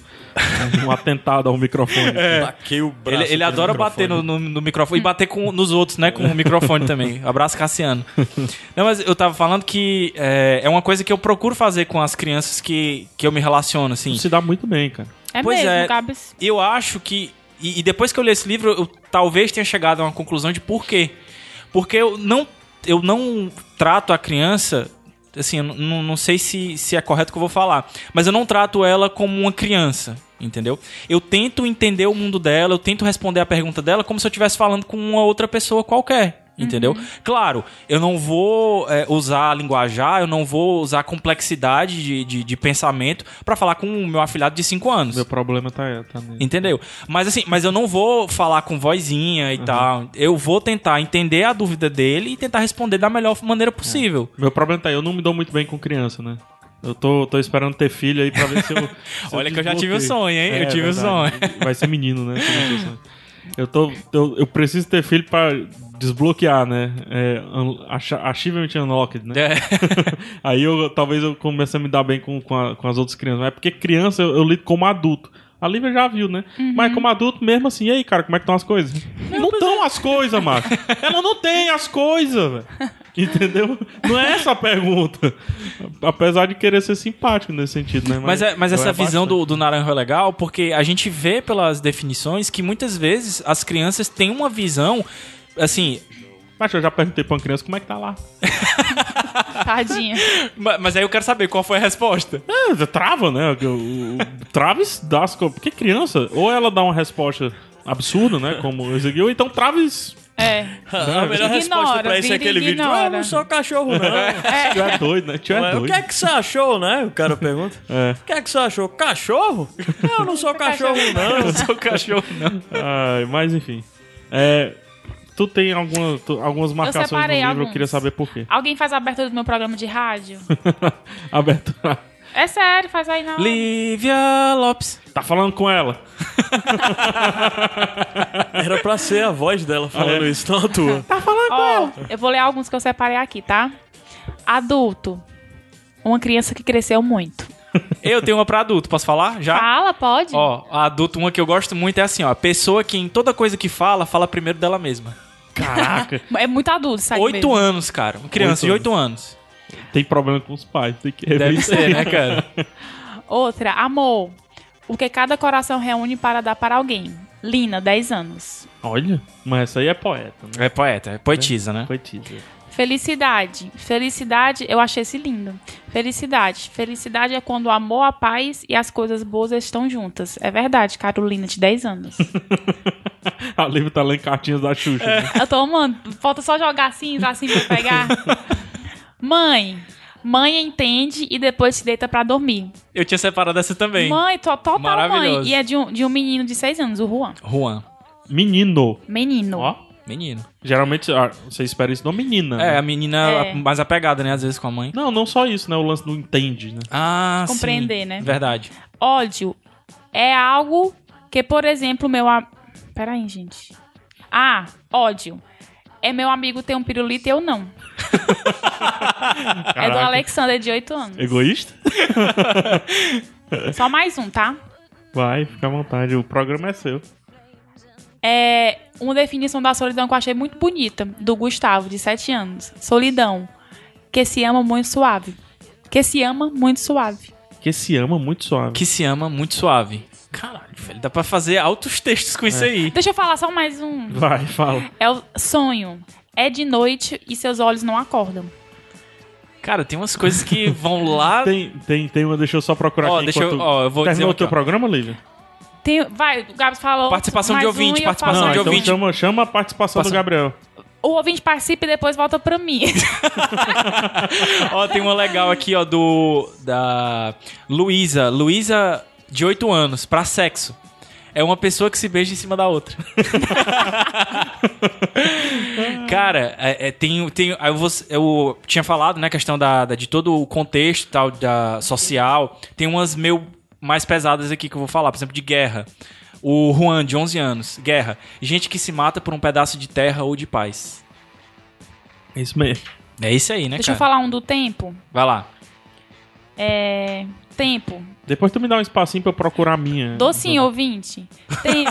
S1: um atentado ao microfone.
S2: Taquei Tá o braço
S3: É.
S2: né?
S3: Ele, ele
S2: pelo
S3: adora bater no,
S2: microfone.
S3: no- no microfone e bater com, nos outros, né? Com o microfone também. Abraço, Cassiano. Não, mas eu tava falando que é, é uma coisa que eu procuro fazer com as crianças que, que eu me relaciono, assim.
S1: Se dá muito bem, cara.
S4: É
S3: Pois
S4: mesmo,
S3: é.
S4: Gabs.
S3: Eu acho que. E, e depois que eu li esse livro, eu talvez tenha chegado a uma conclusão de por quê. Porque eu não, eu não trato a criança. Assim, eu não, não sei se, se é correto o que eu vou falar. Mas eu não trato ela como uma criança, entendeu? Eu tento entender o mundo dela, eu tento responder a pergunta dela como se eu estivesse falando com uma outra pessoa qualquer. Entendeu? Claro, eu não vou é, usar linguajar, eu não vou usar complexidade de, de, de pensamento pra falar com o meu afilhado de 5 anos.
S1: Meu problema tá. tá nele.
S3: Entendeu? Mas assim, mas eu não vou falar com vozinha e tal. Eu vou tentar entender a dúvida dele e tentar responder da melhor maneira possível.
S1: Meu problema tá aí, eu não me dou muito bem com criança, né? Eu tô, tô esperando ter filho aí pra ver se eu. se
S3: Olha que eu já
S1: desbloqueio.
S3: tive
S1: É,
S3: um sonho, hein? Eu tive um
S1: verdade. Vai ser menino, né? Se não for sonho. Eu, tô, eu, eu preciso ter filho pra desbloquear, né? É, un- acha- achievement unlocked, né?
S3: É.
S1: Aí eu, talvez eu comece a me dar bem com, com, a- com as outras crianças. Mas é porque criança eu, eu lido como adulto. A Lívia já viu, né? Mas como adulto, mesmo assim, e aí, cara, como é que estão as coisas? Não estão as coisas, macho. Ela não tem as coisas, velho. Entendeu? Não é essa a pergunta. Apesar de querer ser simpático nesse sentido, né?
S3: Mas, é- mas
S1: eu
S3: essa
S1: é
S3: visão
S1: bastante.
S3: do, do naranjo é legal porque a gente vê pelas definições que muitas vezes as crianças têm uma visão, assim,
S1: Mas eu já perguntei pra uma criança como é que tá lá.
S4: Tadinha.
S3: ma- mas aí eu quero saber qual foi a resposta.
S1: É, trava, né? O, o, o Traves dá as coisas. Porque criança, ou ela dá uma resposta absurda, né? Como o Ezequiel, ou então Traves.
S4: É.
S2: A melhor resposta
S4: Ignora,
S2: pra isso é
S4: vira e
S2: aquele vídeo.
S4: ignora.
S2: Ah, não sou cachorro, não.
S1: Tio é doido, né? Tio é
S2: Ué, o
S1: doido.
S2: que é que você achou, né? O cara pergunta.
S1: É.
S2: O que é que você achou? Cachorro? Eu não sou cachorro, não.
S3: Sou cachorro, não.
S1: Ai, mas enfim. É, tu tem alguma, tu- algumas marcações no
S4: separei
S1: livro, eu
S4: alguns.
S1: queria saber por quê.
S4: Alguém faz a abertura do meu programa de rádio?
S1: Aberto.
S4: É sério, faz aí na.
S3: Lívia Lopes.
S1: Tá falando com ela.
S2: Era pra ser a voz dela falando isso, não a tua.
S4: Ó, eu vou ler alguns que eu separei aqui, tá? Adulto. Uma criança que cresceu muito.
S3: Eu tenho uma pra adulto, posso falar? Já?
S4: Fala, pode?
S3: Tá. Ó, a adulto, uma que eu gosto muito é assim, ó. A pessoa que em toda coisa que fala, fala primeiro dela mesma.
S1: Caraca,
S4: É muito adulto, sabe?
S3: Oito
S4: mesmo.
S3: anos, cara. Uma criança de
S1: Oito
S3: oito anos.
S1: tem problema com os pais. Tem que rever
S3: Deve
S1: isso aí.
S3: ser, né, cara?
S4: Outra, amor. O que cada coração reúne para dar para alguém. Lina, 10 anos.
S1: Olha, mas essa aí é poeta, né?
S3: É poeta, é poetisa, né?
S1: Poetisa.
S4: Felicidade. Felicidade, eu achei esse lindo. Felicidade. Felicidade é quando o amor, a paz e as coisas boas estão juntas. É verdade, Carolina, de 10 anos.
S1: A Lívia tá lendo cartinhas da Xuxa. né?
S4: Eu tô amando. Falta só jogar cinza assim pra pegar. Mãe. Mãe entende e depois se deita pra dormir.
S3: Eu tinha separado essa também.
S4: Mãe, to- total mãe.
S3: Maravilhoso.
S4: E é de um, de um menino de 6 anos, o Juan.
S3: Juan.
S1: Menino.
S4: Menino.
S1: Ó,
S3: Menino.
S1: geralmente ah, você espera isso de uma menina. né?
S3: É, a menina
S4: É.
S3: mais apegada, né? Às vezes com a mãe.
S1: Não, não só isso, né? O lance não entende, né?
S3: Ah,
S4: Compreender,
S3: sim.
S4: né?
S3: Verdade.
S4: Ódio é algo que, por exemplo, meu. A... Peraí, gente. Ah, ódio. É meu amigo ter um pirulito e eu não. é do
S1: Caraca.
S4: Alexander, de 8 anos.
S1: Egoísta?
S4: Só mais um, tá?
S1: Vai, fica à vontade. O programa é seu.
S4: É uma definição da solidão que eu achei muito bonita, do Gustavo, de 7 anos. Solidão. Que se ama muito suave. Que se ama muito suave.
S1: Que se ama muito suave.
S3: Que se ama muito suave. Caralho, velho. Dá pra fazer altos textos com isso aí.
S4: Deixa eu falar só mais um.
S1: Vai, fala.
S4: É o sonho. É de noite e seus olhos não acordam.
S3: Cara, tem umas coisas que vão lá.
S1: Tem, tem, tem uma, deixa eu só procurar
S3: Ó,
S1: aqui
S3: deixa eu-
S1: enquanto-
S3: ó, eu vou dizer
S1: Terminou
S3: uma
S1: o teu
S3: aqui, ó.
S1: programa, Lívia?
S4: Tem, vai, o Gabs falou.
S3: Participação de
S4: mais um
S3: ouvinte,
S4: e eu
S3: participação
S4: falo
S1: Não,
S3: de
S1: então
S4: mais um.
S3: ouvinte.
S1: chama, chama a participação
S3: Passa-
S1: do Gabriel.
S4: O ouvinte participa e depois volta pra mim.
S3: Ó, tem uma legal aqui, ó, do. Da. Luísa. Luísa, de 8 anos, pra sexo. É uma pessoa que se beija em cima da outra. Cara, é, é, tem, tem, aí eu, vou- eu tinha falado, né, a questão da, da- de todo o contexto e tal, da social. Tem umas meio mais pesadas aqui que eu vou falar, por exemplo, de guerra. O Juan, de 11 anos, guerra. Gente que se mata por um pedaço de terra ou de paz.
S1: É isso mesmo.
S3: É isso aí, né,
S4: Deixa eu
S3: cara?
S4: falar um do tempo.
S3: Vai lá.
S4: É. Tempo.
S1: Depois tu me dá um espacinho pra eu procurar a minha.
S4: Docinho, ouvinte. Tempo.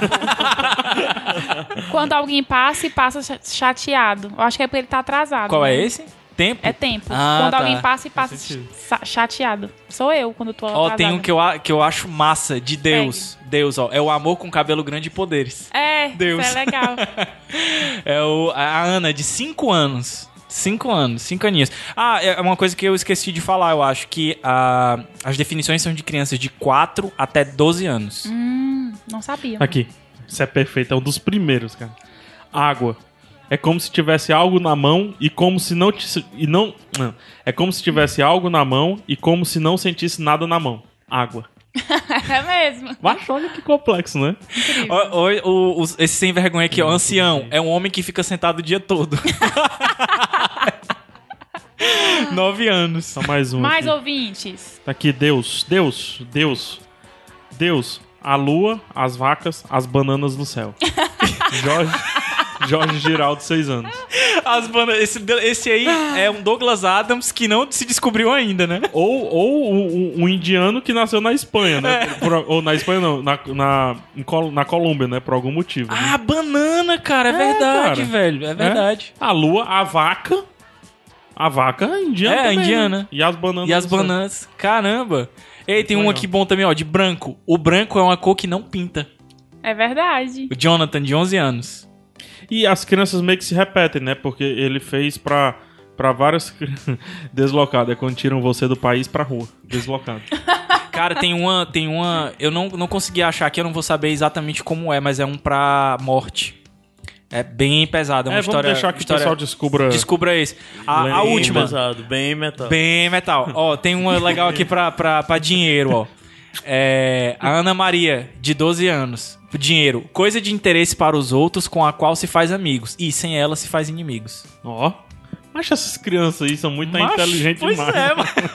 S4: Quando alguém passa e passa cha- chateado. Eu acho que é porque ele tá atrasado.
S3: Qual
S4: né?
S3: é esse? Tempo?
S4: É tempo.
S3: Ah,
S4: quando
S3: tá.
S4: alguém passa e passa
S1: sentido.
S4: sa- chateado. Sou eu quando tô
S3: Ó,
S4: atrasada.
S3: tem um que eu, a- que eu acho massa, de Deus. Deus, ó. É o amor com cabelo grande e poderes.
S4: É,
S3: Deus.
S4: isso é legal.
S3: É o, a Ana, de 5 anos. 5 anos, 5 aninhos. Ah, é uma coisa que eu esqueci de falar, eu acho, que ah, as definições são de crianças de 4 até 12 anos.
S4: hum, não sabia.
S1: Aqui. Isso é perfeito, é um dos primeiros, cara. Água. É como se tivesse algo na mão e como se não ti- e não, não. É como se tivesse algo na mão e como se não sentisse nada na mão. Água.
S4: É mesmo.
S1: Mas olha que complexo, né?
S3: Ó, ó, o- os- esse sem vergonha aqui, ó, ancião, é um homem que fica sentado o dia todo. 9 anos.
S1: Só mais um.
S4: Mais
S1: aqui.
S4: ouvintes.
S1: Tá aqui, Deus, Deus, Deus, Deus, a lua, as vacas, as bananas no céu. Jorge, Jorge Giraldo, seis anos.
S3: As bandas, esse, esse aí é um Douglas Adams que não se descobriu ainda, né?
S1: Ou, ou um, um- um indiano que nasceu na Espanha,
S3: É.
S1: né? Por- ou na Espanha não, na, na, em Col- na Colômbia, né? Por algum motivo. né?
S3: Ah, banana, cara, é, verdade,
S1: cara.
S3: velho, é verdade.
S1: A lua, a vaca. A vaca é indiana.
S3: É,
S1: também, né?
S3: indiana.
S1: E as bananas.
S3: E as bananas, caramba. Ei, tem um
S1: legal.
S3: aqui bom também, ó, de branco. O branco é uma cor que não pinta.
S4: É verdade.
S3: O Jonathan, de 11 anos.
S1: E as crianças meio que se repetem, né? Porque ele fez pra, pra várias. cri- Deslocado. É quando tiram você do país pra rua. Deslocado.
S3: Cara, tem uma, tem uma, eu não, não consegui achar aqui, eu não vou saber exatamente como é, mas é um pra morte. É bem pesado, é uma
S1: é,
S3: história...
S1: vamos deixar que
S3: história...
S1: o pessoal descubra.
S3: Descubra esse. A, a
S1: Lembra.
S2: Bem
S3: última.
S2: pesado, bem metal.
S3: Bem metal. Ó, tem uma legal aqui pra, pra, pra dinheiro, ó. É, a Ana Maria, de 12 anos. Dinheiro. Coisa de interesse para os outros com a qual se faz amigos. E sem ela se faz inimigos.
S1: Ó. Acho essas crianças aí são muito
S3: Macho,
S1: inteligentes
S3: pois
S1: Tá demais.
S3: é, mano.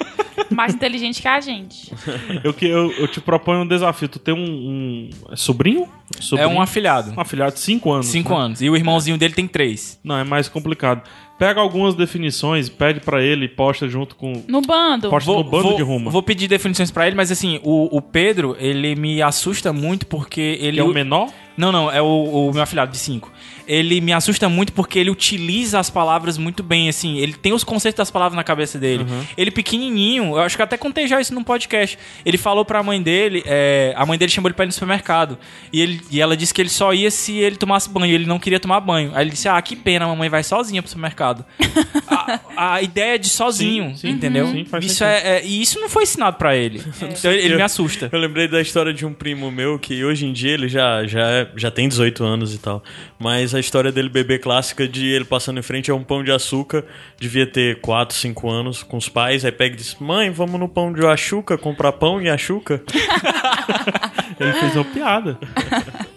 S4: Mais inteligente que a gente.
S3: é,
S1: Eu, que- eu, eu te proponho um desafio. Tu tem um, um sobrinho?
S3: É
S1: Sobrinho?
S3: um afilhado.
S1: Um afilhado de 5 anos.
S3: 5
S1: né?
S3: anos. E o irmãozinho dele tem 3.
S1: Não, é mais complicado. Pega algumas definições, pede pra ele e posta junto com.
S4: No bando.
S1: Posta no bando de Roma.
S3: vou pedir definições pra ele, mas assim, o, o Pedro, ele me assusta muito porque ele.
S1: Que é o menor?
S3: Não, não, é o, o meu afilhado de 5. Ele me assusta muito porque ele utiliza as palavras muito bem, assim. Ele tem os conceitos das palavras na cabeça dele.
S1: Uhum.
S3: Ele pequenininho, eu acho que eu até contei já isso num podcast. Ele falou pra mãe dele, é, a mãe dele chamou ele pra ir no supermercado. E, ele, e ela disse que ele só ia se ele tomasse banho, ele não queria tomar banho. Aí ele disse, ah, que pena, a mamãe vai sozinha pro supermercado. a, a ideia de sozinho,
S1: Sim, sim.
S3: entendeu?
S1: Sim, faz
S3: isso
S1: sentido.
S3: é, é- e isso não foi ensinado pra ele. Então ele, ele me assusta.
S2: Eu lembrei da história de um primo meu que hoje em dia ele já, já, é- já tem 18 anos e tal. Mas a história dele bebê clássica de ele passando em frente a um pão de açúcar, devia ter 4, 5 anos, com os pais. Aí pega e diz: Mãe, vamos no pão de açúcar comprar pão e açúcar?
S1: Ele fez uma piada.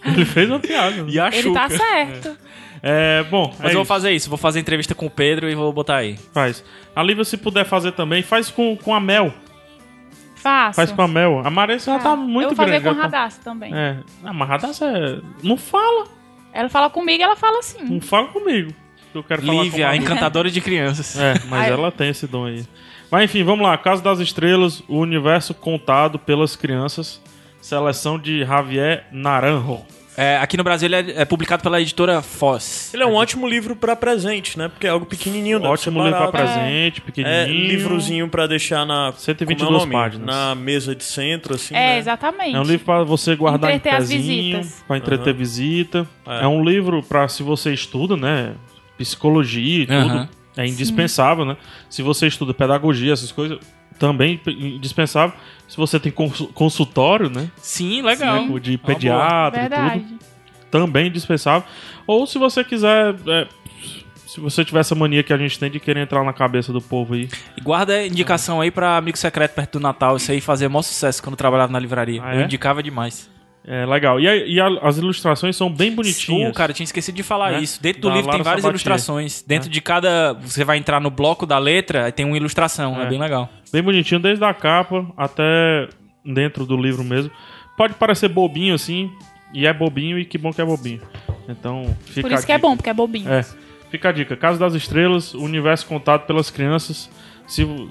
S1: ele fez uma piada.
S3: E a
S4: Ele tá certo.
S1: É, bom, é
S3: Mas eu vou
S1: isso.
S3: fazer isso, vou fazer entrevista com o Pedro e vou botar aí.
S1: Faz. A Lívia, se puder fazer também, faz com, com a Mel.
S4: Faço.
S1: Faz com a Mel. A Maressa já tá muito
S4: Ah, Eu vou fazer
S1: grande.
S4: com
S1: já tá-
S4: radastro também.
S1: É. Ah, mas Radassa é... Não fala.
S4: Ela fala comigo, ela fala assim.
S1: Não fala comigo. Eu quero falar com
S3: Lívia,
S1: uma
S3: a
S1: adulta.
S3: encantadora de crianças.
S1: É, mas
S4: Ai.
S1: ela tem esse dom aí. Mas enfim, vamos lá. Caso das Estrelas, o universo contado pelas crianças. Seleção de Javier Naranjo.
S3: É, aqui no Brasil ele é, é publicado pela editora Foz.
S2: Ele é um ótimo livro pra presente, né? Porque é algo pequenininho. deve
S1: Ótimo
S2: ser
S1: livro pra
S2: barato.
S1: presente,
S2: É,
S1: pequenininho.
S2: livrozinho pra deixar na.
S1: 122
S2: como é o nome?
S1: páginas.
S2: Na mesa de centro, assim.
S4: É,
S2: né?
S4: exatamente.
S1: É um livro pra você guardar
S4: Entreter
S1: em
S4: as
S1: pezinho,
S4: visitas.
S1: pra entreter visita.
S2: É.
S1: É. um livro pra se você estuda, né, psicologia e tudo,
S3: Aham.
S1: é indispensável, né? Se você estuda pedagogia, essas coisas, também é indispensável. Se você tem cons- consultório, né,
S3: Sim, legal.
S4: Então.
S1: né, de
S3: Uma boa.
S1: pediatra e tudo,
S4: É Verdade.
S1: também é indispensável. Ou se você quiser, é, se você tiver essa mania que a gente tem de querer entrar na cabeça do povo aí,
S3: E Guarda a indicação aí pra Amigo Secreto perto do Natal. Isso aí fazia maior sucesso quando eu trabalhava na livraria.
S1: Ah,
S3: Eu
S1: é?
S3: indicava demais.
S1: é legal. E, a- e a- as ilustrações são bem bonitinhas.
S3: Uh, cara, eu tinha esquecido de falar
S1: Né?
S3: isso. Dentro do
S1: Da É.
S3: livro tem
S1: Lara
S3: várias
S1: Sabatia.
S3: ilustrações. Dentro de cada. Você vai entrar no bloco da letra, aí tem uma ilustração. É,
S1: É.
S3: bem legal.
S1: Bem bonitinho, desde a capa até dentro do livro mesmo. Pode parecer bobinho assim, e é bobinho, e que bom que é bobinho. Então, fica
S4: Por
S1: a
S4: isso que é
S1: dica.
S4: bom, porque é bobinho.
S1: É, fica a dica. Casa das Estrelas, o universo contado pelas crianças. Se o-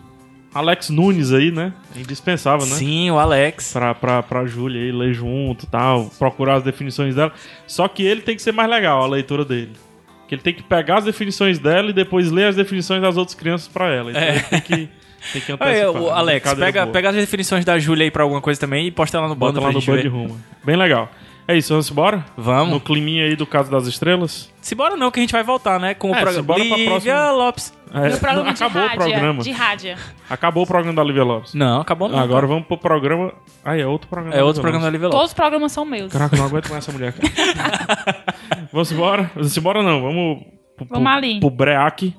S1: Alex Nunes aí, né? É indispensável, né?
S3: Sim, o Alex.
S1: Pra, pra, pra Júlia aí ler junto e tal, procurar as definições dela. Só que ele tem que ser mais legal, a leitura dele. Que ele tem que pegar as definições dela e depois ler as definições das outras crianças pra ela. Então ele tem que, tem que
S3: Aí,
S1: antecipar.
S3: o Alex,
S1: Brincadeira
S3: pega,
S1: boa.
S3: pega as definições da Júlia aí pra alguma coisa também e posta lá no bando
S1: Bota lá
S3: pra
S1: no
S3: gente
S1: Band
S3: ver.
S1: Rumo. Bem legal. É isso, vamos embora?
S3: Vamos.
S1: No climinha aí do Caso das Estrelas?
S3: Se bora não, que a gente vai voltar, né? Com o
S1: É,
S3: programa.
S1: se bora pra
S3: Lívia
S1: próxima.
S3: Lopes.
S1: É,
S4: Meu programa de
S1: acabou
S4: rádio. é.
S1: o programa.
S4: De rádio.
S1: Acabou o programa da Lívia Lopes.
S3: Não, acabou não.
S1: Agora vamos pro programa. Ah, é outro programa.
S3: É
S1: Lívia
S3: outro programa da
S1: Lopes.
S3: Lívia Lopes.
S4: Todos os programas são meus.
S1: Caraca, eu não aguento mais essa mulher, cara. vamos embora? Vamos embora não, vamos. Pro, pro-
S4: Vamos ali.
S1: Pro Breac.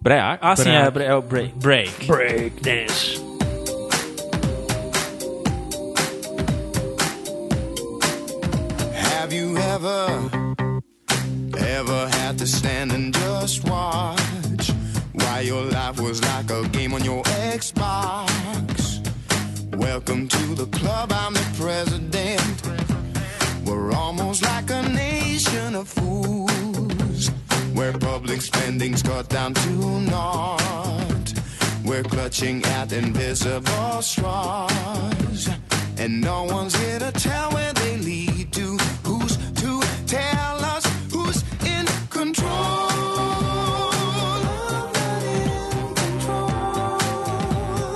S3: Break. Ah, sim,
S1: Break.
S3: é, bre- é o break. Break.
S5: Have you ever, ever had to stand and just watch while your life was like a game on your Xbox? Welcome to the club, I'm the president. We're almost like a nation of fools. Where public spending's cut down to naught. We're clutching at invisible straws. And no one's here to tell where they lead to. Who's to tell us who's in control? I'm not in control.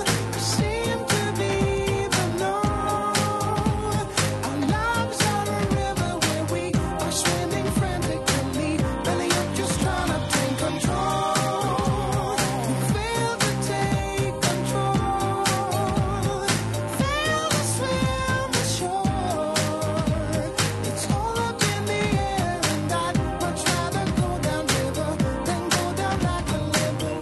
S5: I seem to be, but no. Our lives are a river where we are swimming frantically, belly up, just trying to take control. We fail to take control, fail to swim ashore. It's all up in the air, and I'd much rather go down river than go down like a liberal.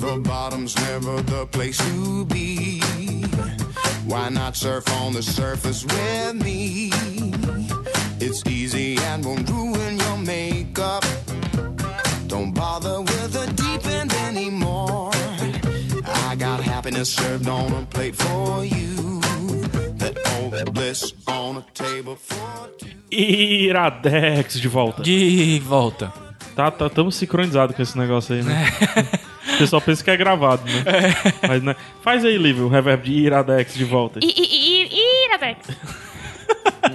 S5: The bottom's never the place to be. Why not surf on the surface with me? It's easy and won't ruin your makeup. Don't bother with the deep end anymore. I got happiness served on a plate for you. That old bliss on a table for two.
S1: Iradex de volta.
S3: De volta.
S1: Tá, tá tamo sincronizado com esse negócio aí, né? O pessoal pensa que é gravado, né? Mas né? Faz aí, Liv, o reverb de Iradex de volta.
S4: I, I, I, Iradex.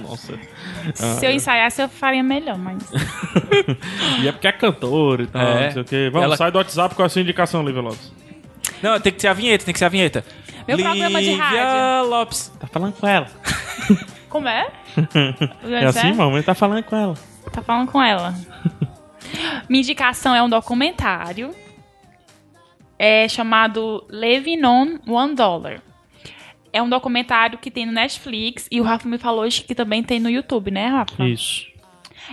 S1: Nossa. Ah, é.
S4: Se eu ensaiasse, eu faria melhor, mas.
S1: E é porque é cantora e tal,
S3: É.
S1: não sei o quê. Vamos,
S3: Ela-
S1: sai do WhatsApp com a sua indicação, Lívia Lopes.
S3: Não, tem que ser a vinheta, tem que ser a vinheta.
S4: Meu programa é de
S3: Lívia
S4: rádio.
S3: Lopes.
S1: Tá falando com ela.
S4: Como é?
S1: É assim, mamãe tá falando com ela.
S4: Tá falando com ela. Minha indicação é um documentário é chamado Living on One Dollar. É um documentário que tem no Netflix e o Rafa me falou hoje que também tem no YouTube, né, Rafa?
S1: Isso.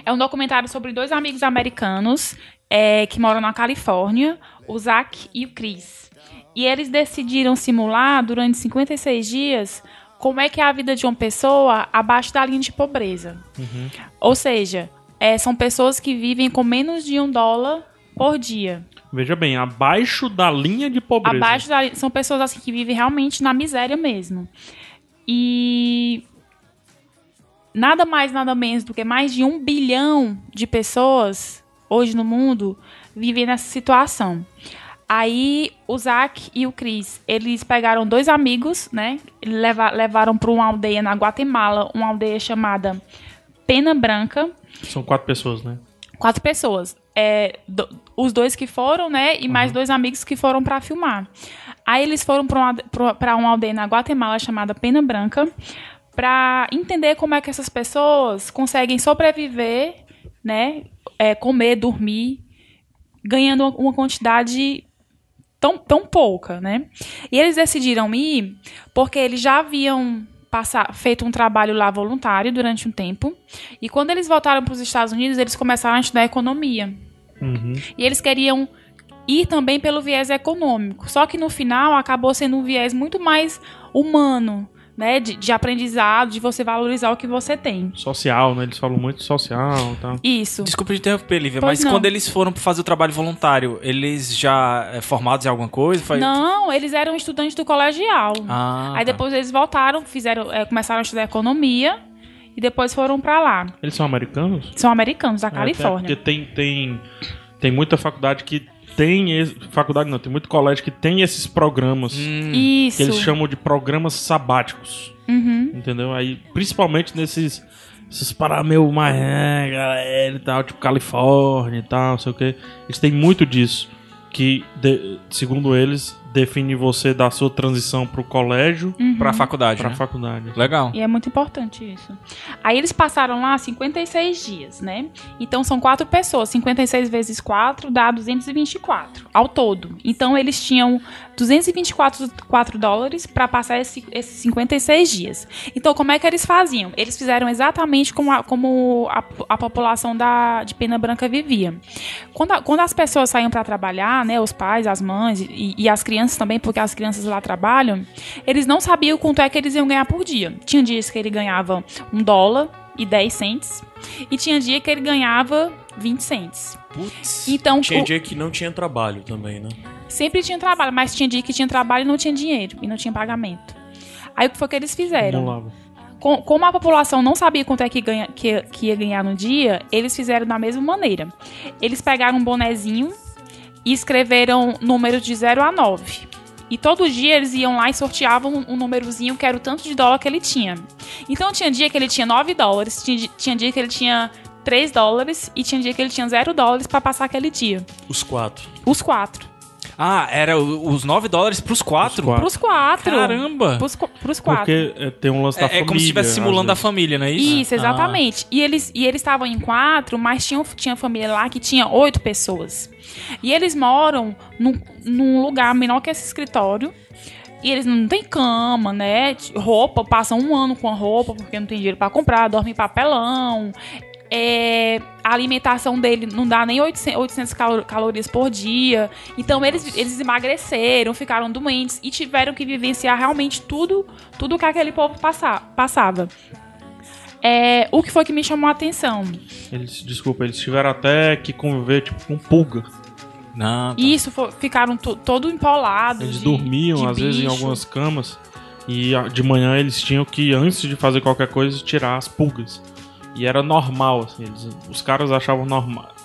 S4: É um documentário sobre dois amigos americanos é, que moram na Califórnia, o Zach e o Chris. E eles decidiram simular durante 56 dias como é que é a vida de uma pessoa abaixo da linha de pobreza. Ou seja, é, são pessoas que vivem com menos de um dólar por dia.
S1: Veja bem, abaixo da linha de pobreza.
S4: Abaixo da, são pessoas assim que vivem realmente na miséria mesmo. E nada mais, nada menos do que mais de um bilhão de pessoas hoje no mundo vivem nessa situação. Aí o Zac e o Chris, eles pegaram dois amigos, né? leva- levaram para uma aldeia na Guatemala, uma aldeia chamada Pena Branca
S1: São quatro pessoas, né?
S4: quatro pessoas. É, do- os dois que foram, né? E mais dois amigos que foram pra filmar. Aí eles foram pra uma, pra- pra uma aldeia na Guatemala chamada Pena Branca pra entender como é que essas pessoas conseguem sobreviver, né? é, comer, dormir, ganhando uma- uma quantidade tão, tão pouca, né? E eles decidiram ir porque eles já haviam passar, feito um trabalho lá voluntário durante um tempo. E quando eles voltaram para os Estados Unidos, eles começaram a estudar economia. E eles queriam ir também pelo viés econômico. Só que no final acabou sendo um viés muito mais humano, né? De, de aprendizado, de você valorizar o que você tem.
S1: Social, né? Eles falam muito de social e tal.
S4: Isso.
S3: Desculpa te interromper, Lívia,
S4: Pois
S3: mas
S4: não.
S3: quando eles foram fazer o trabalho voluntário, eles já é, formados em alguma coisa? Foi-
S4: Não, eles eram estudantes do colegial.
S3: Ah,
S4: Aí
S3: tá.
S4: depois eles voltaram, fizeram, eh, começaram a estudar economia e depois foram pra lá.
S1: Eles são americanos?
S4: São americanos da
S1: É, até
S4: Califórnia.
S1: porque tem, tem, tem muita faculdade que tem. esse- Faculdade não, tem muito colégio que tem esses programas que
S4: Isso.
S1: eles chamam de programas sabáticos.
S4: Uhum.
S1: Entendeu? Aí, principalmente nesses. Esses para meu Miami, galera e tal, tipo Califórnia e tal, não sei o que. Eles têm muito disso. Que, de- segundo eles, define você da sua transição pro colégio
S4: Uhum.
S3: Pra faculdade,
S1: pra
S3: né?
S1: faculdade.
S3: Legal.
S4: E é muito importante isso. Aí eles passaram lá 56 dias, né? Então são quatro pessoas. 56 vezes 4 dá 224 ao todo. Então eles tinham 224 quatro dólares pra passar esse- esses 56 dias. Então como é que eles faziam? Eles fizeram exatamente como a, como a, a população da, de Pena Branca vivia. Quando, a- quando as pessoas saíam pra trabalhar, né? Os pais, as mães e, e as crianças também, porque as crianças lá trabalham, eles não sabiam quanto é que eles iam ganhar por dia. Tinha dias que ele ganhava um dólar e 10 cents. E tinha dia que ele ganhava 20 cents.
S3: Putz.
S4: Então,
S2: Tinha
S4: o-
S2: dia que não tinha trabalho também, né?
S4: sempre tinha trabalho, mas tinha dia que tinha trabalho e não tinha dinheiro. E não tinha pagamento. Aí o que foi que eles fizeram?
S1: Vamos lá.
S4: com- como a população não sabia quanto é que, ganha, que, que ia ganhar no dia, eles fizeram da mesma maneira. Eles pegaram um bonezinho e escreveram números de 0 a 9. E todo dia eles iam lá e sorteavam um númerozinho que era o tanto de dólar que ele tinha. Então tinha dia que ele tinha 9 dólares, tinha, di- tinha dia que ele tinha 3 dólares e tinha dia que ele tinha 0 dólares pra passar aquele dia.
S2: Os quatro.
S4: Os quatro.
S3: Ah, era o- os 9 dólares pros 4?
S1: Os quatro.
S4: Pros quatro.
S3: Caramba!
S4: Pros, qu- pros quatro.
S1: Porque é, tem um lance da
S3: É,
S1: família.
S3: é como se estivesse
S1: às
S3: simulando a
S1: vezes.
S3: família, não é isso?
S4: Isso, exatamente. E eles e eles estavam em quatro, mas tinha, tinha família lá que tinha oito pessoas. E eles moram num, num lugar menor que esse escritório. E eles não têm cama, né? Roupa, passam um ano com a roupa porque não tem dinheiro pra comprar, dormem em papelão. É, a alimentação dele não dá nem 800, 800 calo- calorias por dia. Então eles, eles emagreceram, ficaram doentes e tiveram que vivenciar realmente tudo tudo que aquele povo passa- passava. É, o que foi que me chamou a atenção?
S1: Eles, desculpa, eles tiveram até que conviver tipo, com pulga.
S3: Ah. Não, tá.
S4: E isso fo- ficaram to, todo empolados.
S1: Eles
S4: de-
S1: dormiam,
S4: de
S1: às vezes, em
S4: bicho.
S1: algumas camas. E a- de manhã eles tinham que, antes de fazer qualquer coisa, tirar as pulgas. E era normal, assim. eles- os caras achavam normal.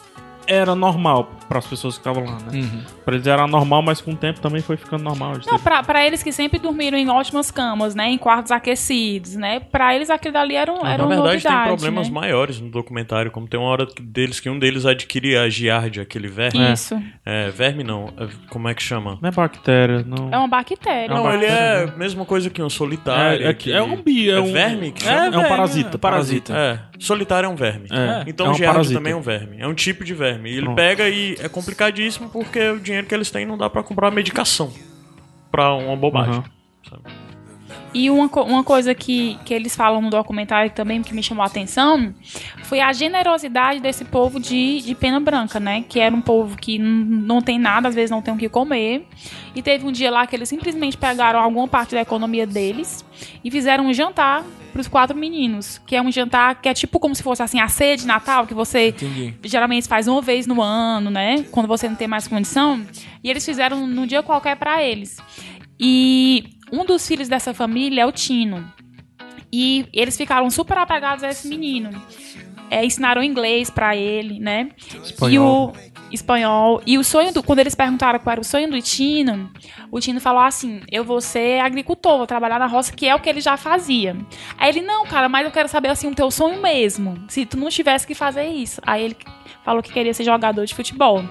S1: Era normal para as pessoas que estavam lá, né?
S3: Uhum.
S1: Pra eles era normal, mas com o tempo também foi ficando normal. Eles
S4: Não,
S1: teve-
S4: pra, pra eles que sempre dormiram em ótimas camas, né? Em quartos aquecidos, né? Pra eles aquilo dali era, um- era
S2: Na
S4: uma
S2: verdade, tem
S4: novidade,
S2: problemas
S4: né?
S2: maiores no documentário, como tem uma hora que- deles que um deles adquire a giardia, aquele verme.
S1: né.
S4: Isso.
S2: É, verme não. é, Como é que chama?
S1: Não é bactéria, não.
S4: É uma bactéria.
S2: Não,
S1: uma
S2: ele é
S1: bactéria,
S2: a mesma coisa que um solitário.
S1: É, é que-
S2: que-
S1: é um bi, é um-
S2: verme que
S1: é,
S2: chama?
S1: é um parasita, parasita.
S2: É, solitário é um verme.
S1: É,
S2: Então
S1: é um
S2: o Gerard
S1: parasita.
S2: também é um verme. É um tipo de verme. E ele
S1: Pronto.
S2: pega e é complicadíssimo porque o dinheiro que eles têm não dá pra comprar medicação. Pra uma bobagem.
S1: Aham.
S2: sabe?
S4: E uma, co- uma coisa que, que eles falam no documentário também que me chamou a atenção foi a generosidade desse povo de, de pena branca, né? Que era um povo que n- não tem nada, às vezes não tem o que comer. E teve um dia lá que eles simplesmente pegaram alguma parte da economia deles e fizeram um jantar pros quatro meninos. Que é um jantar que é tipo como se fosse assim a ceia de Natal, que você
S3: Entendi.
S4: geralmente faz uma vez no ano, né? Quando você não tem mais condição. E eles fizeram num dia qualquer pra eles. E um dos filhos dessa família é o Tino. E eles ficaram super apegados a esse menino. É, ensinaram inglês pra ele, né? E o
S1: Espanhol.
S4: espanhol. E o sonho do. Quando eles perguntaram qual era o sonho do Tino, o Tino falou assim: Eu vou ser agricultor, vou trabalhar na roça, que é o que ele já fazia. Aí ele, não, cara, mas eu quero saber assim o teu sonho mesmo. Se tu não tivesse que fazer isso. Aí ele falou que queria ser jogador de futebol.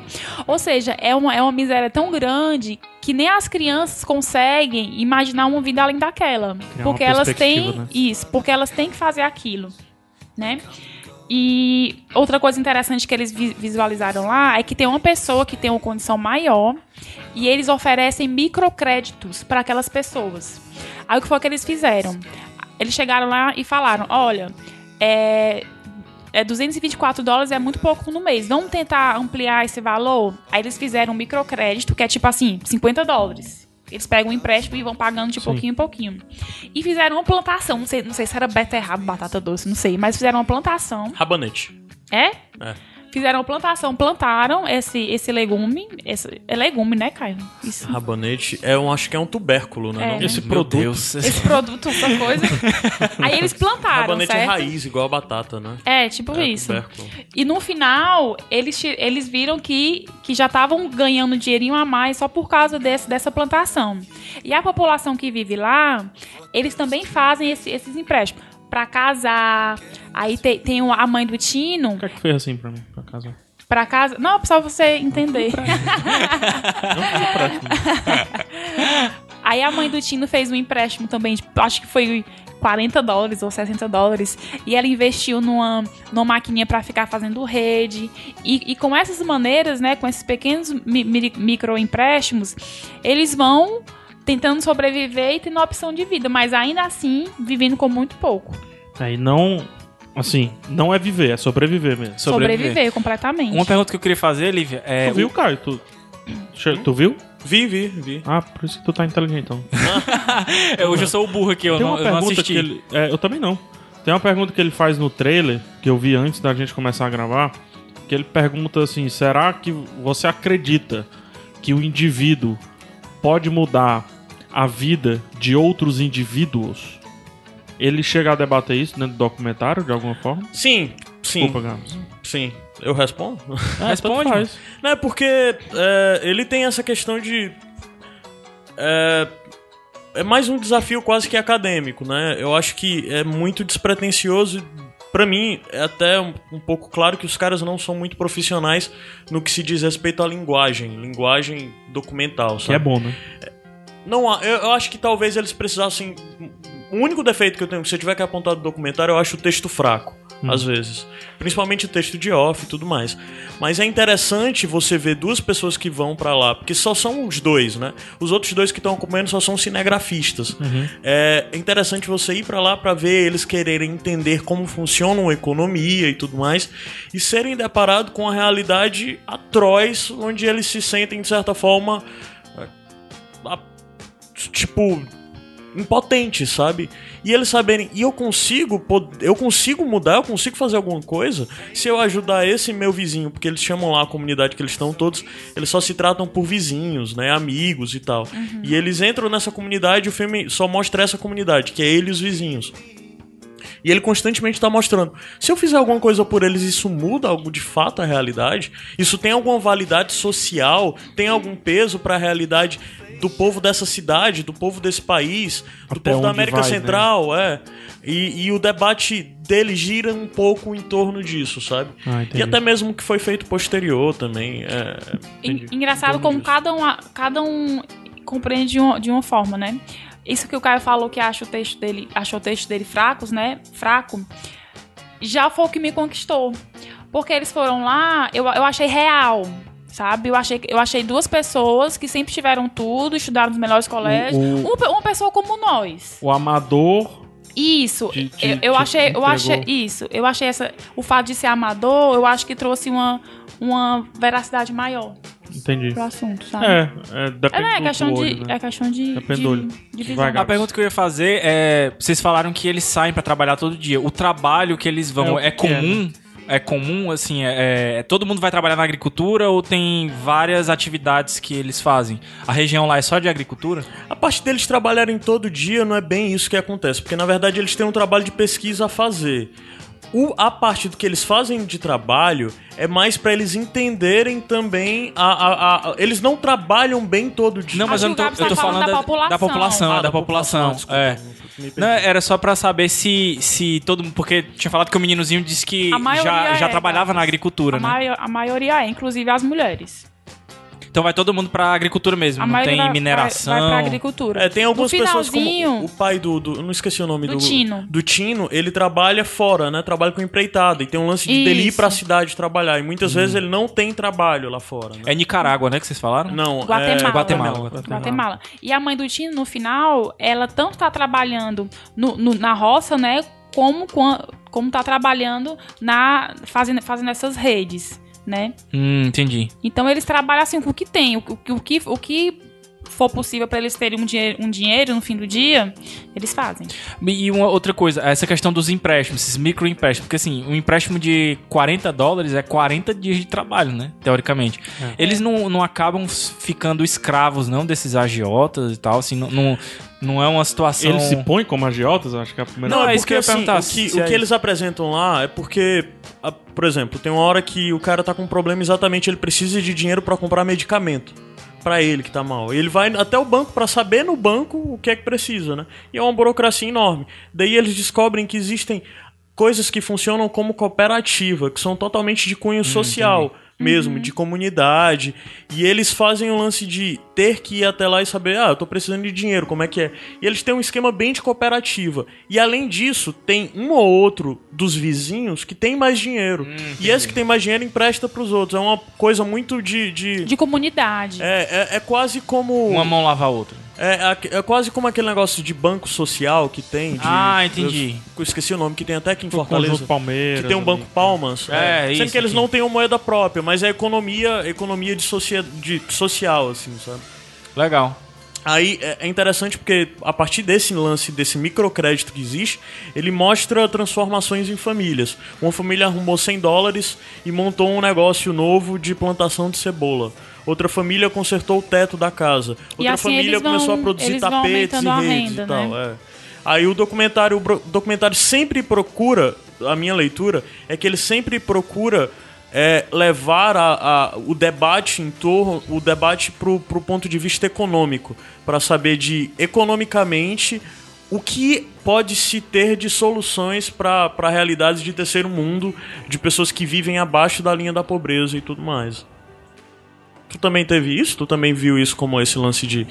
S4: Ou seja, é uma, é uma miséria tão grande que nem as crianças conseguem imaginar uma vida além daquela.
S1: uma
S4: porque elas têm.
S1: perspectiva, né?
S4: Isso, porque elas têm que fazer aquilo. Né? E outra coisa interessante que eles vi- visualizaram lá é que tem uma pessoa que tem uma condição maior e eles oferecem microcréditos para aquelas pessoas. Aí o que foi que eles fizeram? Eles chegaram lá e falaram: olha, é, é 224 dólares é muito pouco no mês. Vamos tentar ampliar esse valor? Aí eles fizeram um microcrédito, que é tipo assim, 50 dólares. Eles pegam um empréstimo e vão pagando de pouquinho em pouquinho. E fizeram uma plantação. Não sei, não sei se era beterraba, batata doce, não sei. Mas fizeram uma plantação.
S2: Rabanete.
S4: É?
S2: É.
S4: Fizeram a plantação, plantaram esse, esse legume. Esse, é legume, né, Caio? Isso.
S2: Rabanete é um, acho que é um tubérculo, né?
S4: É.
S2: Não?
S1: Esse
S3: Meu
S1: produto.
S3: Deus.
S4: Esse produto, essa coisa. Aí eles plantaram,
S2: Rabanete é
S4: certo?
S2: raiz, igual a batata, né?
S4: É, tipo
S2: É
S4: isso.
S2: tubérculo.
S4: E no final, eles, ti- eles viram que, que já estavam ganhando dinheirinho a mais só por causa desse, dessa plantação. E a população que vive lá, eles também fazem esse- esses empréstimos. Pra casar. Aí te- tem o- a mãe do Tino.
S1: O que é que fez assim pra mim, pra casa?
S4: Pra casa. Não, só você entender. Aí a mãe do Tino fez um empréstimo também, de- acho que foi 40 dólares ou 60 dólares. E ela investiu numa, numa maquininha pra ficar fazendo rede. E, e com essas maneiras, né, com esses pequenos mi- mi- microempréstimos, eles vão tentando sobreviver e tendo opção de vida, mas ainda assim vivendo com muito pouco.
S1: Aí É, não. Assim, não é viver, é sobreviver mesmo.
S4: Sobreviver, completamente.
S3: Uma pergunta que eu queria fazer, Lívia, é. Hum?
S1: tu viu, Caio? Tu, Che- tu viu?
S2: Vi, vi, vi.
S1: Ah, por isso que tu tá inteligente então.
S3: É, hoje eu sou o burro aqui, eu,
S1: Tem uma
S3: não, eu não
S1: pergunta
S3: assisti.
S1: que ele. É, eu também não. Tem uma pergunta que ele faz no trailer, que eu vi antes da gente começar a gravar, que ele pergunta assim: será que você acredita que o indivíduo pode mudar a vida de outros indivíduos? Ele chega a debater isso dentro do documentário, de alguma forma?
S2: Sim, sim,
S1: Desculpa, Gabs.
S2: sim. Eu respondo?
S3: Responde.
S1: Ah, tanto
S3: mano.
S1: faz.
S2: Não, é porque é, ele tem essa questão de. É, é mais um desafio quase que acadêmico, né? Eu acho que é muito despretensioso. Pra mim, é até um, um pouco claro que os caras não são muito profissionais no que se diz respeito à linguagem, linguagem documental, sabe?
S1: Que é bom, né?
S2: Não, há- eu, eu acho que talvez eles precisassem. O único defeito que eu tenho, que se eu tiver que apontar do documentário, eu acho o texto fraco, às vezes. Principalmente o texto de off e tudo mais. Mas é interessante você ver duas pessoas que vão pra lá, porque só são os dois, né? Os outros dois que estão acompanhando só são cinegrafistas. É interessante você ir pra lá pra ver eles quererem entender como funciona a economia e tudo mais, e serem deparados com a realidade atroz, onde eles se sentem, de certa forma, é, a- tipo impotente, sabe? E eles saberem, e eu consigo, pod- eu consigo mudar, eu consigo fazer alguma coisa se eu ajudar esse meu vizinho, porque eles chamam lá a comunidade que eles estão todos, eles só se tratam por vizinhos, né, amigos e tal. E eles entram nessa comunidade, o filme só mostra essa comunidade, que é ele e os vizinhos. E ele constantemente tá mostrando. Se eu fizer alguma coisa por eles, isso muda algo de fato a realidade? Isso tem alguma validade social? Tem algum peso pra realidade do povo dessa cidade, do povo desse país, do
S1: Até
S2: povo da
S1: onde
S2: América
S1: vai, né?
S2: Central? É. E, e o debate dele gira um pouco em torno disso, sabe?
S1: Ah, entendi.
S2: e até mesmo o que foi feito posterior também. É,
S4: En-
S2: entendi.
S4: Engraçado
S2: Em torno
S4: como
S2: disso.
S4: cada um, cada um compreende de, um- de uma forma, né? Isso que o Caio falou que acha o texto dele, achou o texto dele fracos, né? Fraco. Já foi o que me conquistou. Porque eles foram lá, eu, eu achei real. Sabe? Eu achei, eu achei duas pessoas que sempre tiveram tudo, estudaram nos melhores colégios.
S1: o-
S4: Uma pe- uma pessoa como nós.
S1: O amador.
S4: Isso,
S1: Te- te-
S4: eu, eu
S1: te
S4: achei, eu
S1: entregou.
S4: achei isso, eu achei essa, o fato de ser amador, eu acho que trouxe uma, uma veracidade maior
S1: Entendi.
S4: pro assunto, sabe?
S1: É, é, depende
S4: É, né? É
S1: do
S4: questão,
S1: olho,
S4: de,
S1: né?
S4: é questão de.
S1: Depende
S4: de-
S1: do olho.
S4: de visão.
S1: Vai,
S3: A
S1: Gabs.
S3: pergunta que eu ia fazer é: vocês falaram que eles saem pra trabalhar todo dia. O trabalho que eles
S1: É o
S3: vão
S1: que
S3: é, comum? É comum, assim, é, é- todo mundo vai trabalhar na agricultura ou tem várias atividades que eles fazem? A região lá é só de agricultura?
S2: A parte deles trabalharem todo dia não é bem isso que acontece, porque na verdade eles têm um trabalho de pesquisa a fazer. O- a parte do que eles fazem de trabalho é mais pra eles entenderem também a, a- a- a- Eles não trabalham bem todo dia.
S3: Não, mas
S4: Acho
S3: eu não
S4: que o
S3: tô,
S4: Gabs
S3: eu tô
S4: tá falando
S3: falando
S4: da
S3: da
S4: população.
S3: da população,
S2: Ah,
S3: é, da
S2: da população,
S3: população.
S2: desculpa,
S3: É.
S2: me perdi.
S3: Não, era só pra saber se, se todo mundo. Porque tinha falado que o meninozinho disse que
S4: A maioria
S3: já, já
S4: é,
S3: trabalhava
S4: Gabs.
S3: na agricultura,
S4: A,
S3: né?
S4: maio- a maioria é, inclusive as mulheres.
S3: Então vai todo mundo pra agricultura mesmo.
S4: A
S3: não
S4: maioria
S3: tem
S4: vai- vai-
S3: mineração.
S4: Vai, pra agricultura.
S2: É, tem algumas
S4: no
S2: pessoas
S4: finalzinho,
S2: como o pai do, do- eu não esqueci o nome
S4: Do
S2: do,
S4: Tino.
S2: do Tino, ele trabalha fora, né? Trabalha com empreitada e tem um lance de
S4: Isso.
S2: dele ir pra cidade trabalhar e muitas vezes ele não tem trabalho lá fora, né?
S3: Hum. É Nicarágua, né? Que vocês falaram?
S2: Não,
S4: Guatemala.
S2: é
S3: Guatemala.
S4: Guatemala. E a mãe do Tino, no final, ela tanto tá trabalhando no- no- na roça, né? Como, quan- como tá trabalhando na fazendo, fazendo essas redes, né?
S3: Hum, entendi.
S4: Então eles trabalham assim com o que tem, o, o- o que o que for possível para eles terem um, dinhe- um dinheiro no fim do dia, eles fazem.
S3: E uma outra coisa, essa questão dos empréstimos, esses microempréstimos, porque assim, um empréstimo de 40 dólares é 40 dias de trabalho, né? Teoricamente.
S1: É.
S3: Eles não, não acabam s- ficando escravos, não, desses agiotas e tal, assim, não, não, não é uma situação.
S1: Eles se põem como agiotas? Acho que é a primeira
S2: Não,
S3: Não,
S2: é
S3: é isso
S2: porque
S3: que eu ia
S2: assim,
S3: perguntar,
S2: o que,
S3: se
S2: o
S3: é
S2: que eles apresentam lá é porque, a- por exemplo, tem uma hora que o cara tá com um problema exatamente, ele precisa de dinheiro pra comprar medicamento pra ele que tá mal. Ele vai até o banco pra saber no banco o que é que precisa, né? E é uma burocracia enorme. Daí eles descobrem que existem coisas que funcionam como cooperativa, que são totalmente de
S3: Hum,
S2: cunho social. Mesmo,
S3: Uhum.
S2: de comunidade. E eles fazem o lance de ter que ir até lá e saber, ah, eu tô precisando de dinheiro, como é que é? E eles têm um esquema bem de cooperativa. E além disso, tem um ou outro dos vizinhos que tem mais dinheiro.
S3: Hum,
S2: e esse que tem mais dinheiro empresta pros outros. É uma coisa muito de. de...
S4: De comunidade.
S2: É, é, é quase como.
S3: Uma mão lava a outra.
S2: É, aque- é quase como aquele negócio de banco social que tem. de-
S3: Ah, entendi.
S2: Eu esqueci o nome, que tem até aqui em
S1: Conjunto
S2: Fortaleza.
S1: Palmeiras.
S2: Que tem um banco
S1: ali.
S2: Palmas. né?
S3: É,
S2: Sendo
S3: isso,
S2: que eles
S3: sim.
S2: não têm uma moeda própria, mas é economia, economia de, socie- de social, assim, sabe?
S3: Legal.
S2: Aí é é interessante porque a partir desse lance, desse microcrédito que existe, ele mostra transformações em famílias. Uma família arrumou 100 dólares e montou um negócio novo de plantação de cebola. Outra família consertou o teto da casa.
S4: E
S2: Outra
S4: assim
S2: família
S4: eles vão-
S2: começou a produzir
S4: eles vão
S2: tapetes e
S4: aumentando a
S2: redes
S4: renda, né?
S2: e tal. é. Aí o documentário, o bro- documentário sempre procura, a minha leitura, é que ele sempre procura é, levar a- a- o debate em torno, o debate pro, pro ponto de vista econômico, para saber de economicamente o que pode se ter de soluções para realidades de terceiro mundo, de pessoas que vivem abaixo da linha da pobreza e tudo mais. Tu também teve isso? Tu também viu isso como esse lance de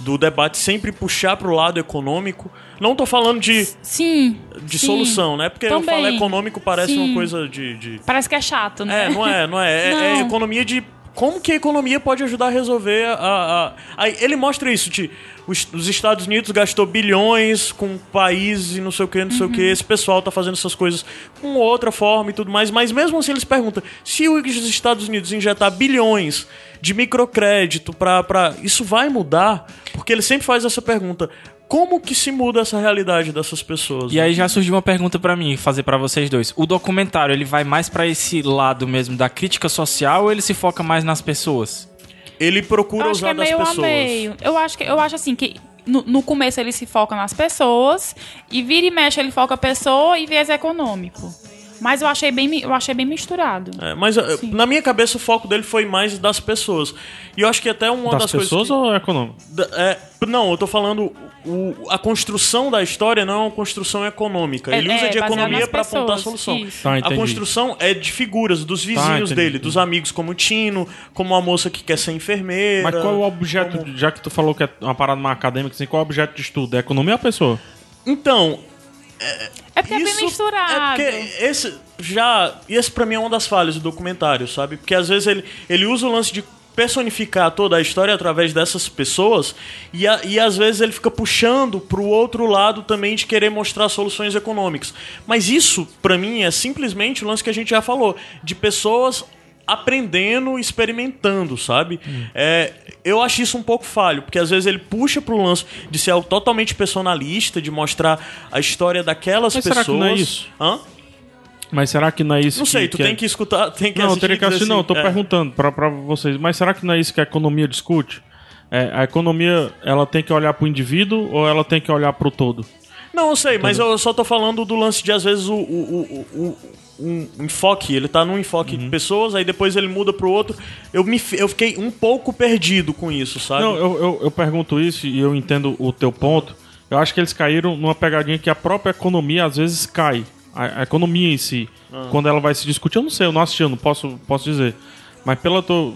S2: do debate sempre puxar pro lado econômico? Não tô falando de,
S4: Sim.
S2: de
S4: sim.
S2: solução, né? Porque eu
S4: Também.
S2: falo econômico parece
S4: Sim.
S2: uma coisa de, de-
S4: Parece que é chato, né?
S2: É, não é, não é. É, é
S4: Não.
S2: economia de. Como que a economia pode ajudar a resolver a. a- Aí ele mostra isso, de os, os Estados Unidos gastou bilhões com países e não sei o que, não sei o que,
S4: Uhum.
S2: esse pessoal tá fazendo essas coisas com outra forma e tudo mais, mas mesmo assim eles perguntam: se os Estados Unidos injetar bilhões de microcrédito pra. pra isso vai mudar? Porque ele sempre faz essa pergunta. Como que se muda essa realidade dessas pessoas?
S3: E aí já surgiu uma pergunta pra mim, fazer pra vocês dois. O documentário, ele vai mais pra esse lado mesmo da crítica social ou ele se foca mais nas pessoas?
S2: Ele procura
S4: Eu acho que
S2: usar
S4: é
S2: das
S4: meio
S2: pessoas.
S4: a meio. Eu acho, que, eu acho assim que. No, no começo ele se foca nas pessoas e vira e mexe ele foca a pessoa e viés econômico. Mas eu achei bem, mi- eu achei bem misturado.
S2: É, mas eh, na minha cabeça o foco dele foi mais das pessoas. E eu acho que até uma das,
S1: Das pessoas
S2: coisas. que-
S1: ou econômico?
S2: Da- é, não, eu tô falando. o- a construção da história não é uma construção econômica.
S4: É-
S2: Ele usa
S4: é,
S2: de
S4: baseado
S2: economia
S4: nas
S2: pra apontar a
S4: pessoas,
S2: solução.
S4: isso.
S1: Tá,
S2: a
S1: entendi. Tá,
S2: construção é de figuras, dos vizinhos
S1: entendi,
S2: dele,
S1: entendi.
S2: dos amigos como o Tino, como a moça que quer ser enfermeira.
S1: Mas qual é o objeto,
S2: como-
S1: já que tu falou que é uma parada mais acadêmica, assim, qual é o objeto de estudo? É economia ou a pessoa?
S2: Então,
S4: É porque é bem misturado.
S2: É porque esse já. Esse pra mim é uma das falhas do documentário, sabe? Porque às vezes ele, ele usa o lance de personificar toda a história através dessas pessoas e, a- e às vezes ele fica puxando pro outro lado também de querer mostrar soluções econômicas. Mas isso, pra mim, é simplesmente o lance que a gente já falou, de pessoas aprendendo, experimentando, sabe?
S1: Hum.
S2: É, eu acho isso um pouco falho, porque às vezes ele puxa pro lance de ser algo totalmente personalista, de mostrar a história daquelas
S1: Mas será
S2: pessoas.
S1: que não é isso?
S2: Hã?
S1: Mas será que não é isso
S2: Não sei, tu tem
S1: é-
S2: que escutar, tem que
S1: Não,
S2: assistir
S1: teria
S2: e
S1: que
S2: dizer
S1: assistir, não. Eu tô
S2: é.
S1: perguntando pra, pra vocês. Mas será que não é isso que a economia discute? É, a economia, ela tem que olhar pro indivíduo ou ela tem que olhar pro todo?
S2: Não, eu sei, mas eu só tô falando do lance de, às vezes, o, o, o, o- um enfoque. Ele tá num enfoque
S1: Uhum.
S2: de pessoas, aí depois ele muda pro outro. Eu, me, fi- eu fiquei um pouco perdido com isso, sabe?
S1: Não, eu, eu, eu pergunto isso e eu entendo o teu ponto. Eu acho que eles caíram numa pegadinha que a própria economia às vezes cai. A, a economia em si.
S2: Ah.
S1: Quando ela vai se discutir, eu não sei, eu não assisti, eu não posso, posso dizer. Mas pela tua,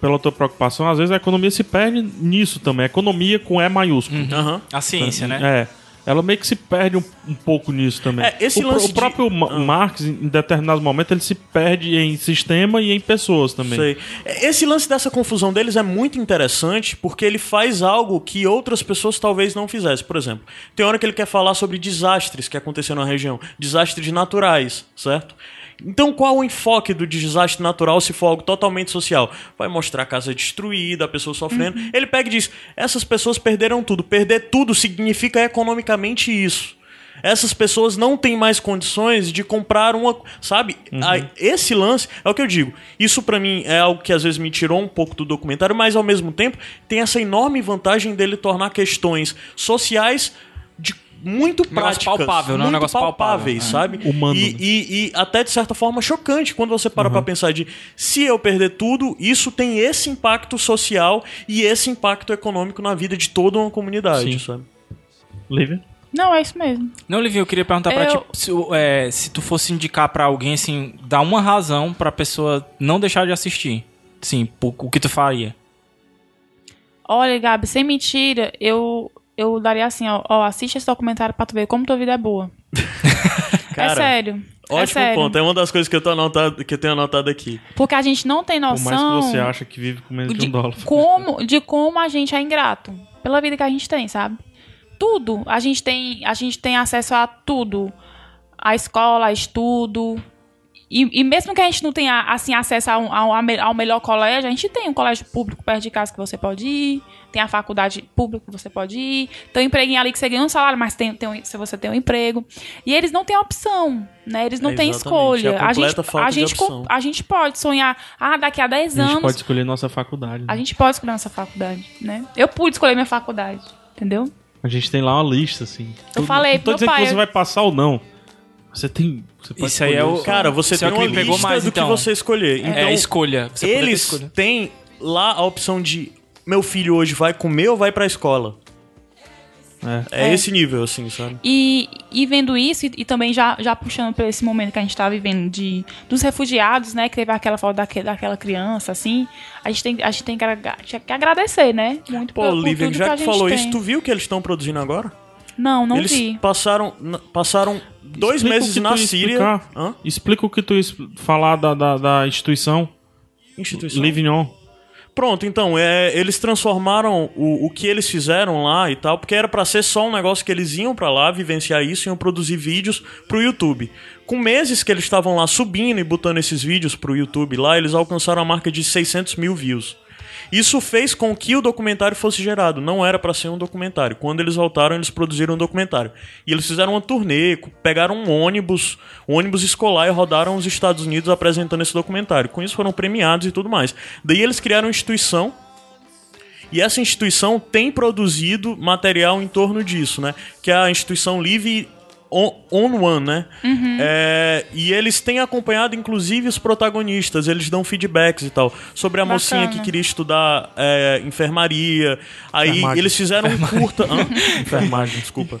S1: pela tua preocupação, às vezes a economia se perde nisso também. A economia com E maiúsculo.
S2: Aham.
S3: A ciência, né?
S1: É. Ela meio que se perde um, um pouco nisso também.
S2: É, esse
S1: o, pro-
S2: lance
S1: o
S2: de- Ah.
S1: próprio Ma- Marx, em determinados momentos, ele se perde em sistema e em pessoas também.
S2: Sei. Esse lance dessa confusão deles é muito interessante porque ele faz algo que outras pessoas talvez não fizessem. Por exemplo, tem hora que ele quer falar sobre desastres que aconteceram na região, desastres naturais, certo? Então, qual o enfoque do desastre natural se for algo totalmente social? Vai mostrar a casa destruída, a pessoa sofrendo. Ele pega e diz: essas pessoas perderam tudo. Perder tudo significa economicamente isso. Essas pessoas não têm mais condições de comprar uma. Sabe?
S3: Uhum.
S2: A- esse lance é o que eu digo. Isso pra mim é algo que às vezes me tirou um pouco do documentário, mas ao mesmo tempo tem essa enorme vantagem dele tornar questões sociais de muito práticas.
S3: palpável, né? Um
S2: muito
S3: negócio palpável,
S2: palpáveis,
S3: é.
S2: sabe?
S1: Humano,
S2: E-
S1: né?
S2: e, e até de certa forma chocante quando você para pra
S3: Uhum.
S2: pensar de se eu perder tudo, isso tem esse impacto social e esse impacto econômico na vida de toda uma comunidade,
S1: Sim.
S2: sabe?
S1: Lívia?
S4: Não, é isso mesmo.
S3: Não, Livinho, eu queria perguntar pra
S4: Eu-
S3: ti se, o- é, se tu fosse indicar pra alguém, assim, dar uma razão pra pessoa não deixar de assistir. Sim, po- o que tu faria?
S4: Olha, Gabi, sem mentira, eu, eu daria assim, ó, ó, assiste esse documentário pra tu ver como tua vida é boa.
S2: Cara,
S4: é sério. é
S2: Ótimo
S4: sério.
S2: ponto, é uma das coisas que eu, tô anotado, que eu tenho anotado aqui.
S4: Porque a gente não tem
S1: Por mais que
S4: noção
S1: você acha que vive com menos de,
S4: de
S1: um dólar.
S4: como, de como a gente é ingrato pela vida que a gente tem, sabe? Tudo, a gente tem, a gente tem acesso a tudo. A escola, a estudo. E, e mesmo que a gente não tenha assim acesso a um- a um- a me- ao melhor colégio, a gente tem um colégio público perto de casa que você pode ir, tem a faculdade pública que você pode ir, tem um empreguinho ali que você ganha um salário, mas tem, tem um- se você tem um emprego. E eles não têm opção, né? Eles não
S2: É,
S4: têm
S2: exatamente,
S4: escolha.
S2: é a
S4: a, gente,
S2: completa falta
S4: a,
S2: de
S4: gente, co-
S2: opção.
S4: a gente pode sonhar, ah, daqui a 10
S1: A gente
S4: anos
S1: pode escolher nossa faculdade. né?
S4: a gente pode escolher nossa faculdade, né? Eu pude escolher minha faculdade, entendeu?
S1: A gente tem lá uma lista, assim.
S4: Eu falei
S1: não tô
S4: pro meu
S1: dizendo
S4: pai, é-
S1: que você
S4: eu-
S1: vai passar ou não. Você tem. Você pode
S3: Isso aí é
S1: escolher
S3: o-
S1: isso.
S2: Cara, você
S3: Será
S2: tem
S3: que
S2: uma
S3: ele pegou
S2: lista
S3: mais,
S2: do
S3: então?
S2: que você escolher. Então,
S3: é escolha. Você poderia ter
S2: eles
S3: escolha.
S2: têm lá a opção de meu filho hoje vai comer ou vai pra escola. É, esse nível, assim, sabe?
S4: E, e vendo isso, e, e também já, já puxando para esse momento que a gente está vivendo de, dos refugiados, né? Que teve aquela foto daque, daquela criança, assim. A gente tem, a gente tem que, agra- tinha que agradecer, né? Muito
S2: Pô,
S4: por, por
S2: Lívia,
S4: tudo
S2: já
S4: que
S2: que,
S4: a gente
S2: falou
S4: tem.
S2: isso, tu viu o que eles estão produzindo agora?
S4: Não, não
S2: eles
S4: vi.
S2: passaram, n- passaram dois
S1: Explica o
S2: meses
S1: que tu
S2: na
S1: ia
S2: Síria.
S1: explicar.
S2: Hã?
S1: Explica o que tu ia expl- falar da, da, da instituição.
S2: Instituição.
S1: Living On.
S2: Pronto, então, é, eles transformaram o, o que eles fizeram lá e tal, porque era pra ser só um negócio que eles iam pra lá vivenciar isso, iam produzir vídeos pro YouTube. Com meses que eles estavam lá subindo e botando esses vídeos pro YouTube lá, eles alcançaram a marca de 600 mil views. Isso fez com que o documentário fosse gerado, não era pra ser um documentário. Quando eles voltaram, eles produziram um documentário. E eles fizeram uma turnê, co- pegaram um ônibus, um ônibus escolar e rodaram os Estados Unidos apresentando esse documentário. Com isso foram premiados e tudo mais. Daí eles criaram uma instituição e essa instituição tem produzido material em torno disso, né? Que é a instituição Live On, on One, né? É, e eles têm acompanhado, inclusive, os protagonistas. Eles dão feedbacks e tal. Sobre a mocinha que
S4: Bacana.
S2: queria estudar é, enfermaria. Aí
S1: Enfermagem.
S2: eles fizeram um curta... Hã?
S1: Enfermagem, desculpa.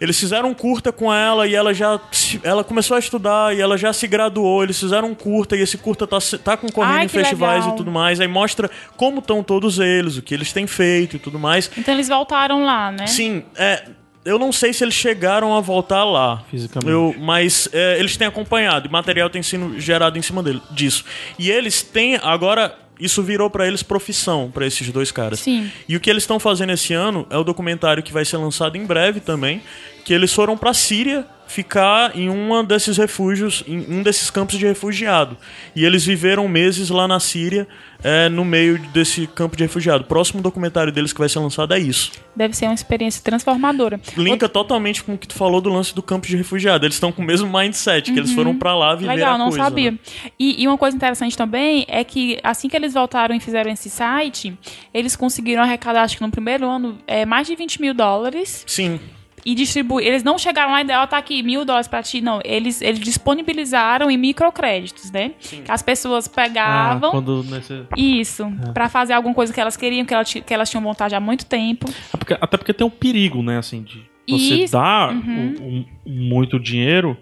S2: Eles fizeram um curta com ela e ela já se- ela começou a estudar e ela já se graduou. Eles fizeram um curta e esse curta tá, se- tá concorrendo
S4: Ai,
S2: em
S4: que
S2: festivais
S4: legal.
S2: e tudo mais. Aí mostra como estão todos eles, o que eles têm feito e tudo mais.
S4: Então eles voltaram lá, né?
S2: Sim, é, eu não sei se eles chegaram a voltar lá.
S1: Fisicamente.
S2: Eu- mas é, eles têm acompanhado, e material tem sido gerado em cima dele, disso. E eles têm, agora, isso virou pra eles profissão, pra esses dois caras.
S4: Sim.
S2: E o que eles estão fazendo esse ano é o documentário que vai ser lançado em breve também, que eles foram pra Síria ficar em um desses refúgios, em um desses campos de refugiado. E eles viveram meses lá na Síria, é, no meio desse campo de refugiado. O próximo documentário deles que vai ser lançado é isso
S4: Deve ser uma experiência transformadora.
S2: linka totalmente com o que tu falou do lance do campo de refugiado. Eles estão com o mesmo mindset, que eles foram pra lá viver
S4: Uhum. Legal,
S2: a
S4: não
S2: coisa.
S4: sabia.
S2: né?
S4: E, e uma coisa interessante também é que assim que eles voltaram e fizeram esse site, eles conseguiram arrecadar, acho que no primeiro ano, é, mais de 20 mil dólares
S2: Sim.
S4: e distribuir. Eles não chegaram lá e deram, ó, tá aqui, mil dólares pra ti. Não, eles, eles disponibilizaram em microcréditos, né? Que as pessoas
S1: Ah,
S4: pegavam.
S1: quando nesse-
S4: Isso,
S2: Ah.
S4: pra fazer alguma coisa que elas queriam, que elas, ti- que elas tinham vontade há muito tempo.
S1: É porque- Até porque tem um perigo, né, assim, de
S4: E
S1: você
S4: isso- uhum.
S1: dar um- um- muito dinheiro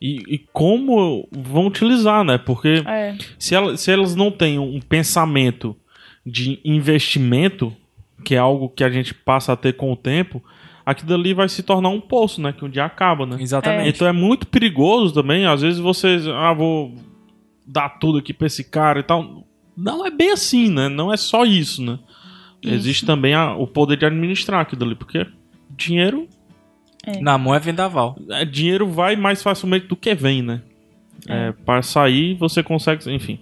S1: e, e como vão utilizar, né? Porque
S4: É.
S1: se, ela- se elas não têm um pensamento de investimento, que é algo que a gente passa a ter com o tempo, aquilo dali vai se tornar um poço, né? Que um dia acaba, né?
S3: Exatamente.
S1: Então é muito perigoso também. Às vezes vocês, ah, vou dar tudo aqui pra esse cara e tal. Não é bem assim, né? Não é só isso, né? Existe também a- o poder de administrar aquilo ali, porque dinheiro,
S3: Na mão é vendaval.
S1: é, dinheiro vai mais facilmente do que vem, né? É, para sair, você consegue, enfim.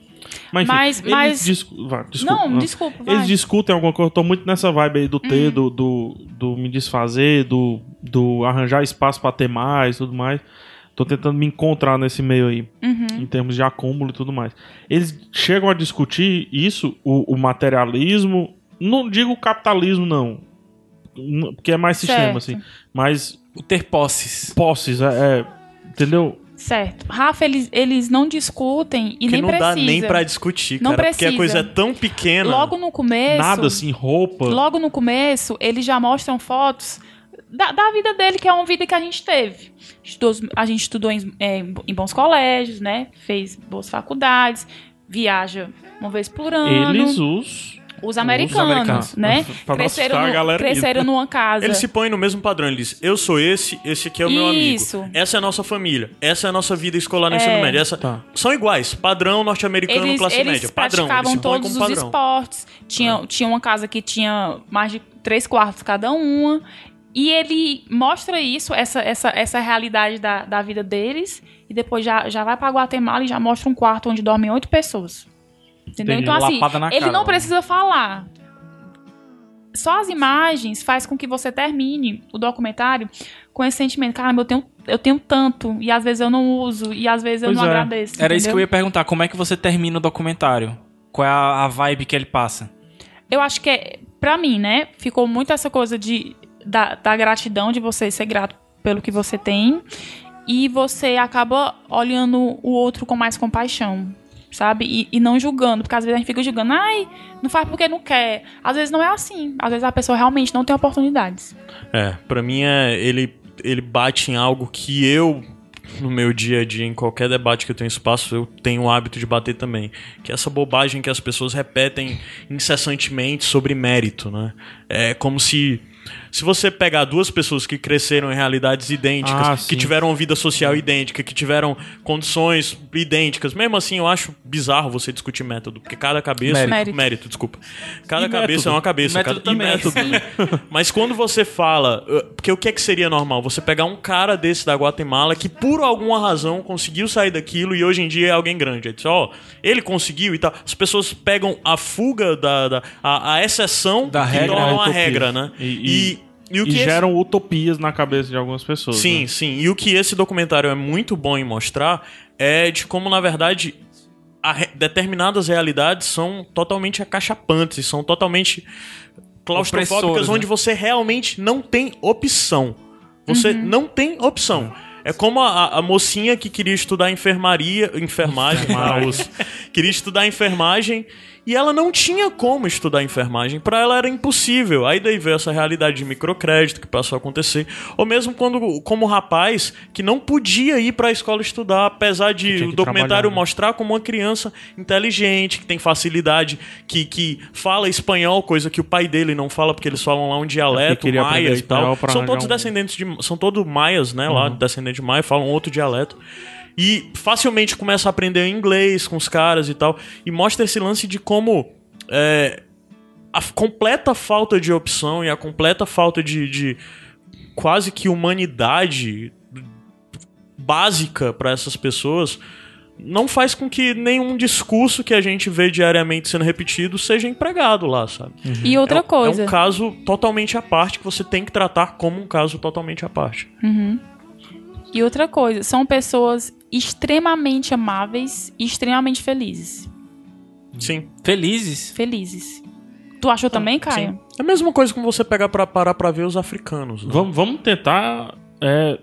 S1: Mas, enfim,
S4: Mas-
S1: eles
S4: mas-
S1: discu- vá, desculpa,
S4: Não,
S2: ah.
S1: não.
S4: desculpa. vai. Uhum.
S1: Eles discutem alguma coisa, eu tô muito nessa vibe aí do ter, do, do, do me desfazer, do, do arranjar espaço pra ter mais tudo mais. Tô tentando me encontrar nesse meio aí,
S4: Uhum.
S1: em termos de acúmulo e tudo mais. Eles chegam a discutir isso, o, o materialismo, não digo o capitalismo, não. N- Porque é mais sistema,
S4: Certo.
S1: assim. Mas
S3: O ter posses.
S1: posses, é. é, entendeu?
S4: Certo. Rafa, eles, eles não discutem e
S2: Porque
S4: nem
S2: não
S4: precisa.
S2: dá nem pra discutir,
S4: Não
S2: cara. Porque a
S4: precisa.
S2: coisa é tão pequena.
S4: Logo no começo.
S1: Nada assim, roupa.
S4: Logo no começo, eles já mostram fotos da, da vida dele, que é uma vida que a gente teve. Estudou- a gente estudou em, é, em bons colégios, né? Fez boas faculdades, viaja uma vez por ano.
S1: Eles, os.
S4: os americanos,
S1: americanos.
S4: né?
S1: Pra não
S4: cresceram
S1: assustar a
S4: no-
S1: galera aqui.
S4: cresceram numa casa.
S2: Ele se põe no mesmo padrão, ele diz: Eu sou esse, esse aqui é o meu amigo.
S4: Isso. É.
S2: Essa é a nossa família. Essa é a nossa vida escolar no ensino médio. Essa...
S1: Tá.
S2: São iguais, padrão norte-americano,
S4: eles,
S2: classe
S4: eles
S2: média. Padrão. Eles
S4: praticavam
S2: se põem
S4: todos
S2: como
S4: os
S2: padrão.
S4: esportes. Tinha, tinha uma casa que tinha mais de três quartos cada uma. E ele mostra isso, essa, essa, essa realidade da, da vida deles. E depois já, já vai pra Guatemala e já mostra um quarto onde dormem oito pessoas. Entendeu?
S3: Entendi.
S4: Então, assim,
S3: Lapada na
S4: ele
S3: cara,
S4: não
S3: né?
S4: precisa falar. Só as imagens faz com que você termine o documentário com esse sentimento. Caramba, eu tenho, eu tenho tanto. E às vezes eu não uso. E às vezes eu
S1: Pois
S4: não
S1: é.
S4: agradeço.
S3: Era isso que
S4: entendeu?
S3: eu ia perguntar. Como é que você termina o documentário? Qual é a, a vibe que ele passa?
S4: eu acho que é, pra mim, né, ficou muito essa coisa de da, da gratidão de você ser grato pelo que você tem e você acaba olhando o outro com mais compaixão, sabe? E, e não julgando, porque às vezes a gente fica julgando, ai, não faz porque não quer. Às vezes não é assim, às vezes a pessoa realmente não tem oportunidades.
S2: É, pra mim é, ele, ele bate em algo que eu, no meu dia a dia, em qualquer debate que eu tenho espaço, eu tenho o hábito de bater também. Que é essa bobagem que as pessoas repetem incessantemente sobre mérito, né? É como se. Se você pegar duas pessoas que cresceram em realidades idênticas,
S1: Ah,
S2: que
S1: sim.
S2: tiveram uma vida social idêntica, que tiveram condições idênticas, mesmo assim eu acho bizarro você discutir método, porque cada cabeça.
S4: Mérito. Mérito.
S2: mérito desculpa. Cada
S1: E
S2: cabeça
S1: método.
S2: é uma cabeça.
S3: Método
S2: cada, e
S3: também.
S2: método, né? Mas quando você fala. uh, Porque o que é que seria normal? Você pegar um cara desse da Guatemala que por alguma razão conseguiu sair daquilo e hoje em dia é alguém grande. Aí diz, ó, ele conseguiu e tal. As pessoas pegam a fuga da. da- a, a exceção
S3: Da
S2: e
S3: regra,
S2: tornam a
S1: utopia.
S2: regra, né?
S1: E- e-
S2: e o
S1: e
S2: que é esse-
S1: geram utopias na cabeça de algumas pessoas.
S2: Sim,
S1: né?
S2: sim. E o que esse documentário é muito bom em mostrar é de como, na verdade, a re- determinadas realidades são totalmente acachapantes, e são totalmente claustrofóbicas,
S3: Opressoras, né?
S2: onde você realmente não tem opção. Você não tem opção. É como a, a mocinha que queria estudar enfermaria, enfermagem, Maus. queria estudar enfermagem e ela não tinha como estudar enfermagem, Pra ela era impossível. Aí daí veio essa realidade de microcrédito que passou a acontecer, ou mesmo quando como rapaz que não podia ir pra escola estudar, apesar de
S1: Tinha
S2: o
S1: que
S2: documentário
S1: trabalhar, né?
S2: mostrar como uma criança inteligente, que tem facilidade, que, que fala espanhol, coisa que o pai dele não fala porque eles falam lá um dialeto
S1: queria aprender
S2: maia e tal.
S1: espanhol pra
S2: São todos
S1: arranjar um- Uhum.
S2: descendentes de. São todos maias, né? Lá, descendente de maia, falam outro dialeto. E facilmente começa a aprender inglês com os caras e tal. E mostra esse lance de como. é, a f- completa falta de opção e a completa falta de- de quase que humanidade básica pra essas pessoas não faz com que nenhum discurso que a gente vê diariamente sendo repetido seja empregado lá, sabe?
S4: E outra
S2: é, um-
S4: coisa.
S2: É um caso totalmente à parte que você tem que tratar como um caso totalmente à parte.
S4: E outra coisa, são pessoas extremamente amáveis e extremamente felizes.
S2: Sim.
S3: Felizes.
S4: Felizes. Tu achou também, Caio?
S2: Ah, Sim. É a mesma coisa como você pegar pra parar pra ver os africanos. né?
S1: Vamos, vamos tentar é,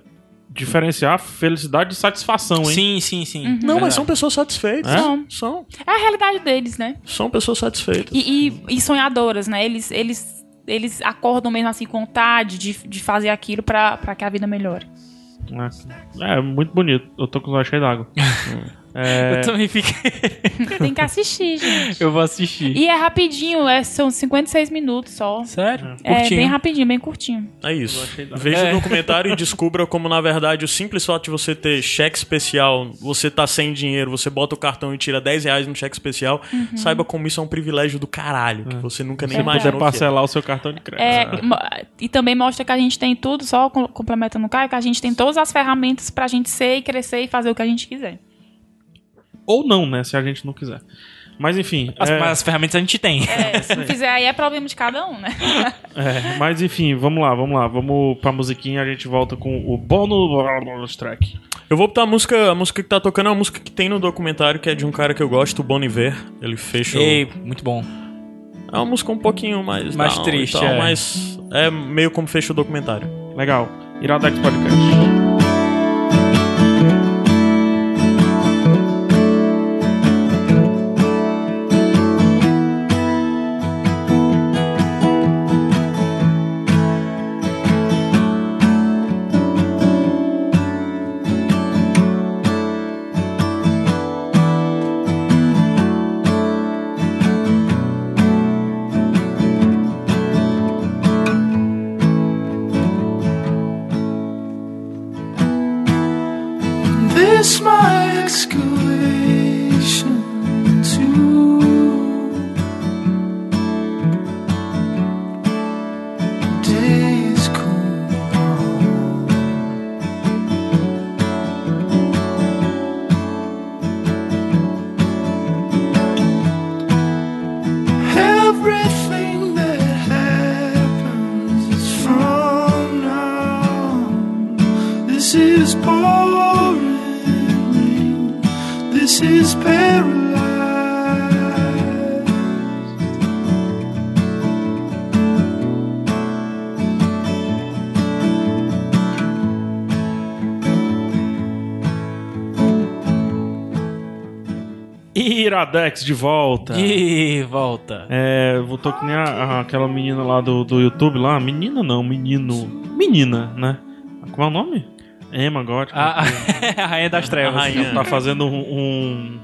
S1: diferenciar felicidade de satisfação, hein?
S3: Sim, sim, sim.
S2: Não, mas são pessoas satisfeitas.
S1: É?
S4: São.
S2: São.
S4: É a realidade deles, né?
S2: São pessoas satisfeitas.
S4: E, e- e sonhadoras, né? Eles, eles, eles acordam mesmo assim com vontade de, de fazer aquilo pra, pra que a vida melhore.
S1: É, é muito bonito. Eu tô com os olhos cheios d'água.
S3: Eu também fiquei.
S4: Tem que assistir, gente.
S3: É. Eu vou assistir.
S4: E é rapidinho, é, são 56 minutos só.
S3: Sério?
S4: É bem rapidinho, bem curtinho.
S2: É isso. Veja
S3: É.
S2: o documentário e descubra como, na verdade, o simples fato de você ter cheque especial, você tá sem dinheiro, você bota o cartão e tira 10 reais no cheque especial,
S4: Uhum.
S2: saiba como isso é um privilégio do caralho,
S1: É.
S2: que é. você nunca nem
S4: Você
S1: Podia
S2: imagina.
S1: parcelar o seu cartão de crédito.
S4: É, e mo- E também mostra que a gente tem tudo, só com- complementando o Caio, que a gente tem todas as ferramentas pra gente ser e crescer e fazer o que a gente quiser.
S1: Ou não, né? Se a gente não quiser. Mas enfim.
S3: As,
S1: é,
S3: Mas as ferramentas a gente tem.
S4: É, se não fizer aí é problema de cada um, né?
S1: é, mas enfim, vamos lá, vamos lá. Vamos pra musiquinha a gente volta com o bônus track.
S2: Eu vou botar a música, a música que tá tocando é uma música que tem no documentário, que é de um cara que eu gosto, o Bon Iver. Ele fecha o-
S3: Ei, muito bom.
S2: É uma música um pouquinho mais...
S3: Mais
S2: down e
S3: triste,
S2: tal,
S3: é.
S2: Mas é meio como fecha o documentário.
S1: Legal. Iradex Podcast.
S6: This my excavation too. Days cool. Everything that happens is from now. This is pouring rain. This is paralyzed.
S1: Iradex de
S3: Tá.
S1: volta.
S3: Ih, volta.
S1: É, voltou que nem a- a- aquela menina lá do, do YouTube lá. Menina não, menino. Menina, né? Como é o nome? Emma God.
S2: Ah,
S3: A, a rainha das trevas.
S2: A rainha.
S1: Tá fazendo um, um-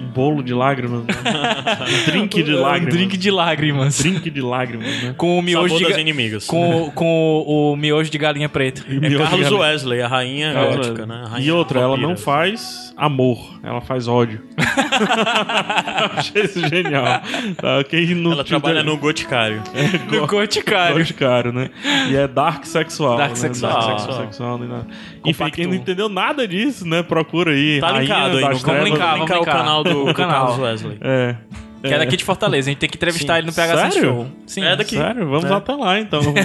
S1: um bolo de lágrimas, né? Um drink de
S3: Um
S1: lágrimas.
S3: drink de lágrimas.
S1: Drink de lágrimas, né?
S3: Com o miojo
S2: Sabor
S3: de
S2: das
S3: ga-
S2: inimigas.
S3: com, com o, o miojo de galinha preta.
S2: É
S1: Miojo
S2: Carlos
S1: de-
S2: Wesley, a rainha gótica, né? A rainha
S1: e outra, ela não
S2: vampira.
S1: faz amor, ela faz ódio. Achei isso genial. Tá, quem não
S2: Ela
S1: te-
S2: trabalha no Goticário.
S3: No Goticário.
S1: Boticário, né? E é dark sexual.
S3: Dark
S1: né?
S3: sexual.
S1: Dark sexual. sexual nem nada. Enfim, quem
S3: Compacto.
S1: não entendeu nada disso, né? Procura aí.
S2: Tá
S1: Rainha
S2: linkado aí,
S1: das Trevas.
S2: no-
S3: Vamos linkar, vamos
S2: Linkar Tá o
S3: linkar.
S2: canal do,
S3: O
S2: do
S3: canal.
S2: Carlos Wesley.
S1: É.
S3: Que é daqui de Fortaleza. A gente tem que entrevistar
S2: Sim.
S3: ele no PH Santos
S1: Sério?
S3: Show. Sim.
S2: É daqui.
S1: Sério? Vamos até lá, então. Vamos-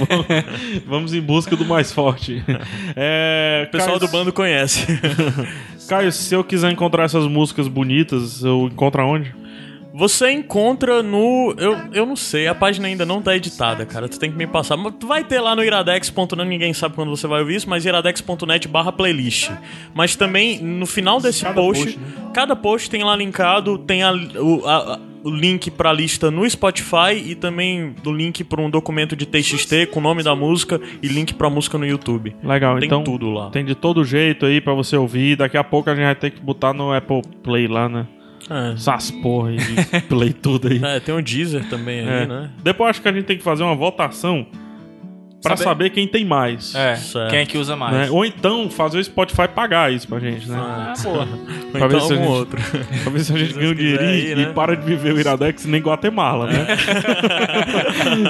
S1: Vamos em busca do mais forte. É,
S2: O pessoal
S1: Caio-
S2: do bando conhece.
S1: Caio, se eu quiser encontrar essas músicas bonitas, eu encontro aonde?
S2: Você encontra no. Eu, eu não sei, a página ainda não tá editada, cara. Tu tem que me passar. Mas tu vai ter lá no iradex.net, ninguém sabe quando você vai ouvir isso, mas iradex.net barra playlist. Mas também, no final desse
S1: Cada
S2: post,
S1: post, né?
S2: cada post tem lá linkado, tem a- o, a- a- o link pra lista no Spotify e também do link pra um documento de TXT com o nome da música e link pra música no YouTube.
S1: Legal,
S2: Tem
S1: então.
S2: tudo lá.
S1: Tem de todo jeito aí pra você ouvir. Daqui a pouco a gente vai ter que botar no Apple Play lá, né?
S2: É.
S1: Essas porra aí de Play tudo aí.
S2: É, tem o Deezer também
S1: É.
S2: aí, né?
S1: Depois acho que a gente tem que fazer uma votação pra
S3: Saber-
S1: saber, quem tem mais.
S3: É.
S2: Certo.
S3: Quem é que usa mais?
S1: né? Ou então fazer o Spotify pagar isso pra gente, né?
S4: Ah, boa.
S2: Ou
S1: Pra ver
S2: Então,
S1: se a
S2: algum
S1: gente-
S2: outro.
S1: Pra ver se a gente
S2: Se
S1: ganha um
S2: Deus quiser
S1: dinheirinho
S2: aí, né?
S1: e para de viver o Iradex nem Guatemala, né?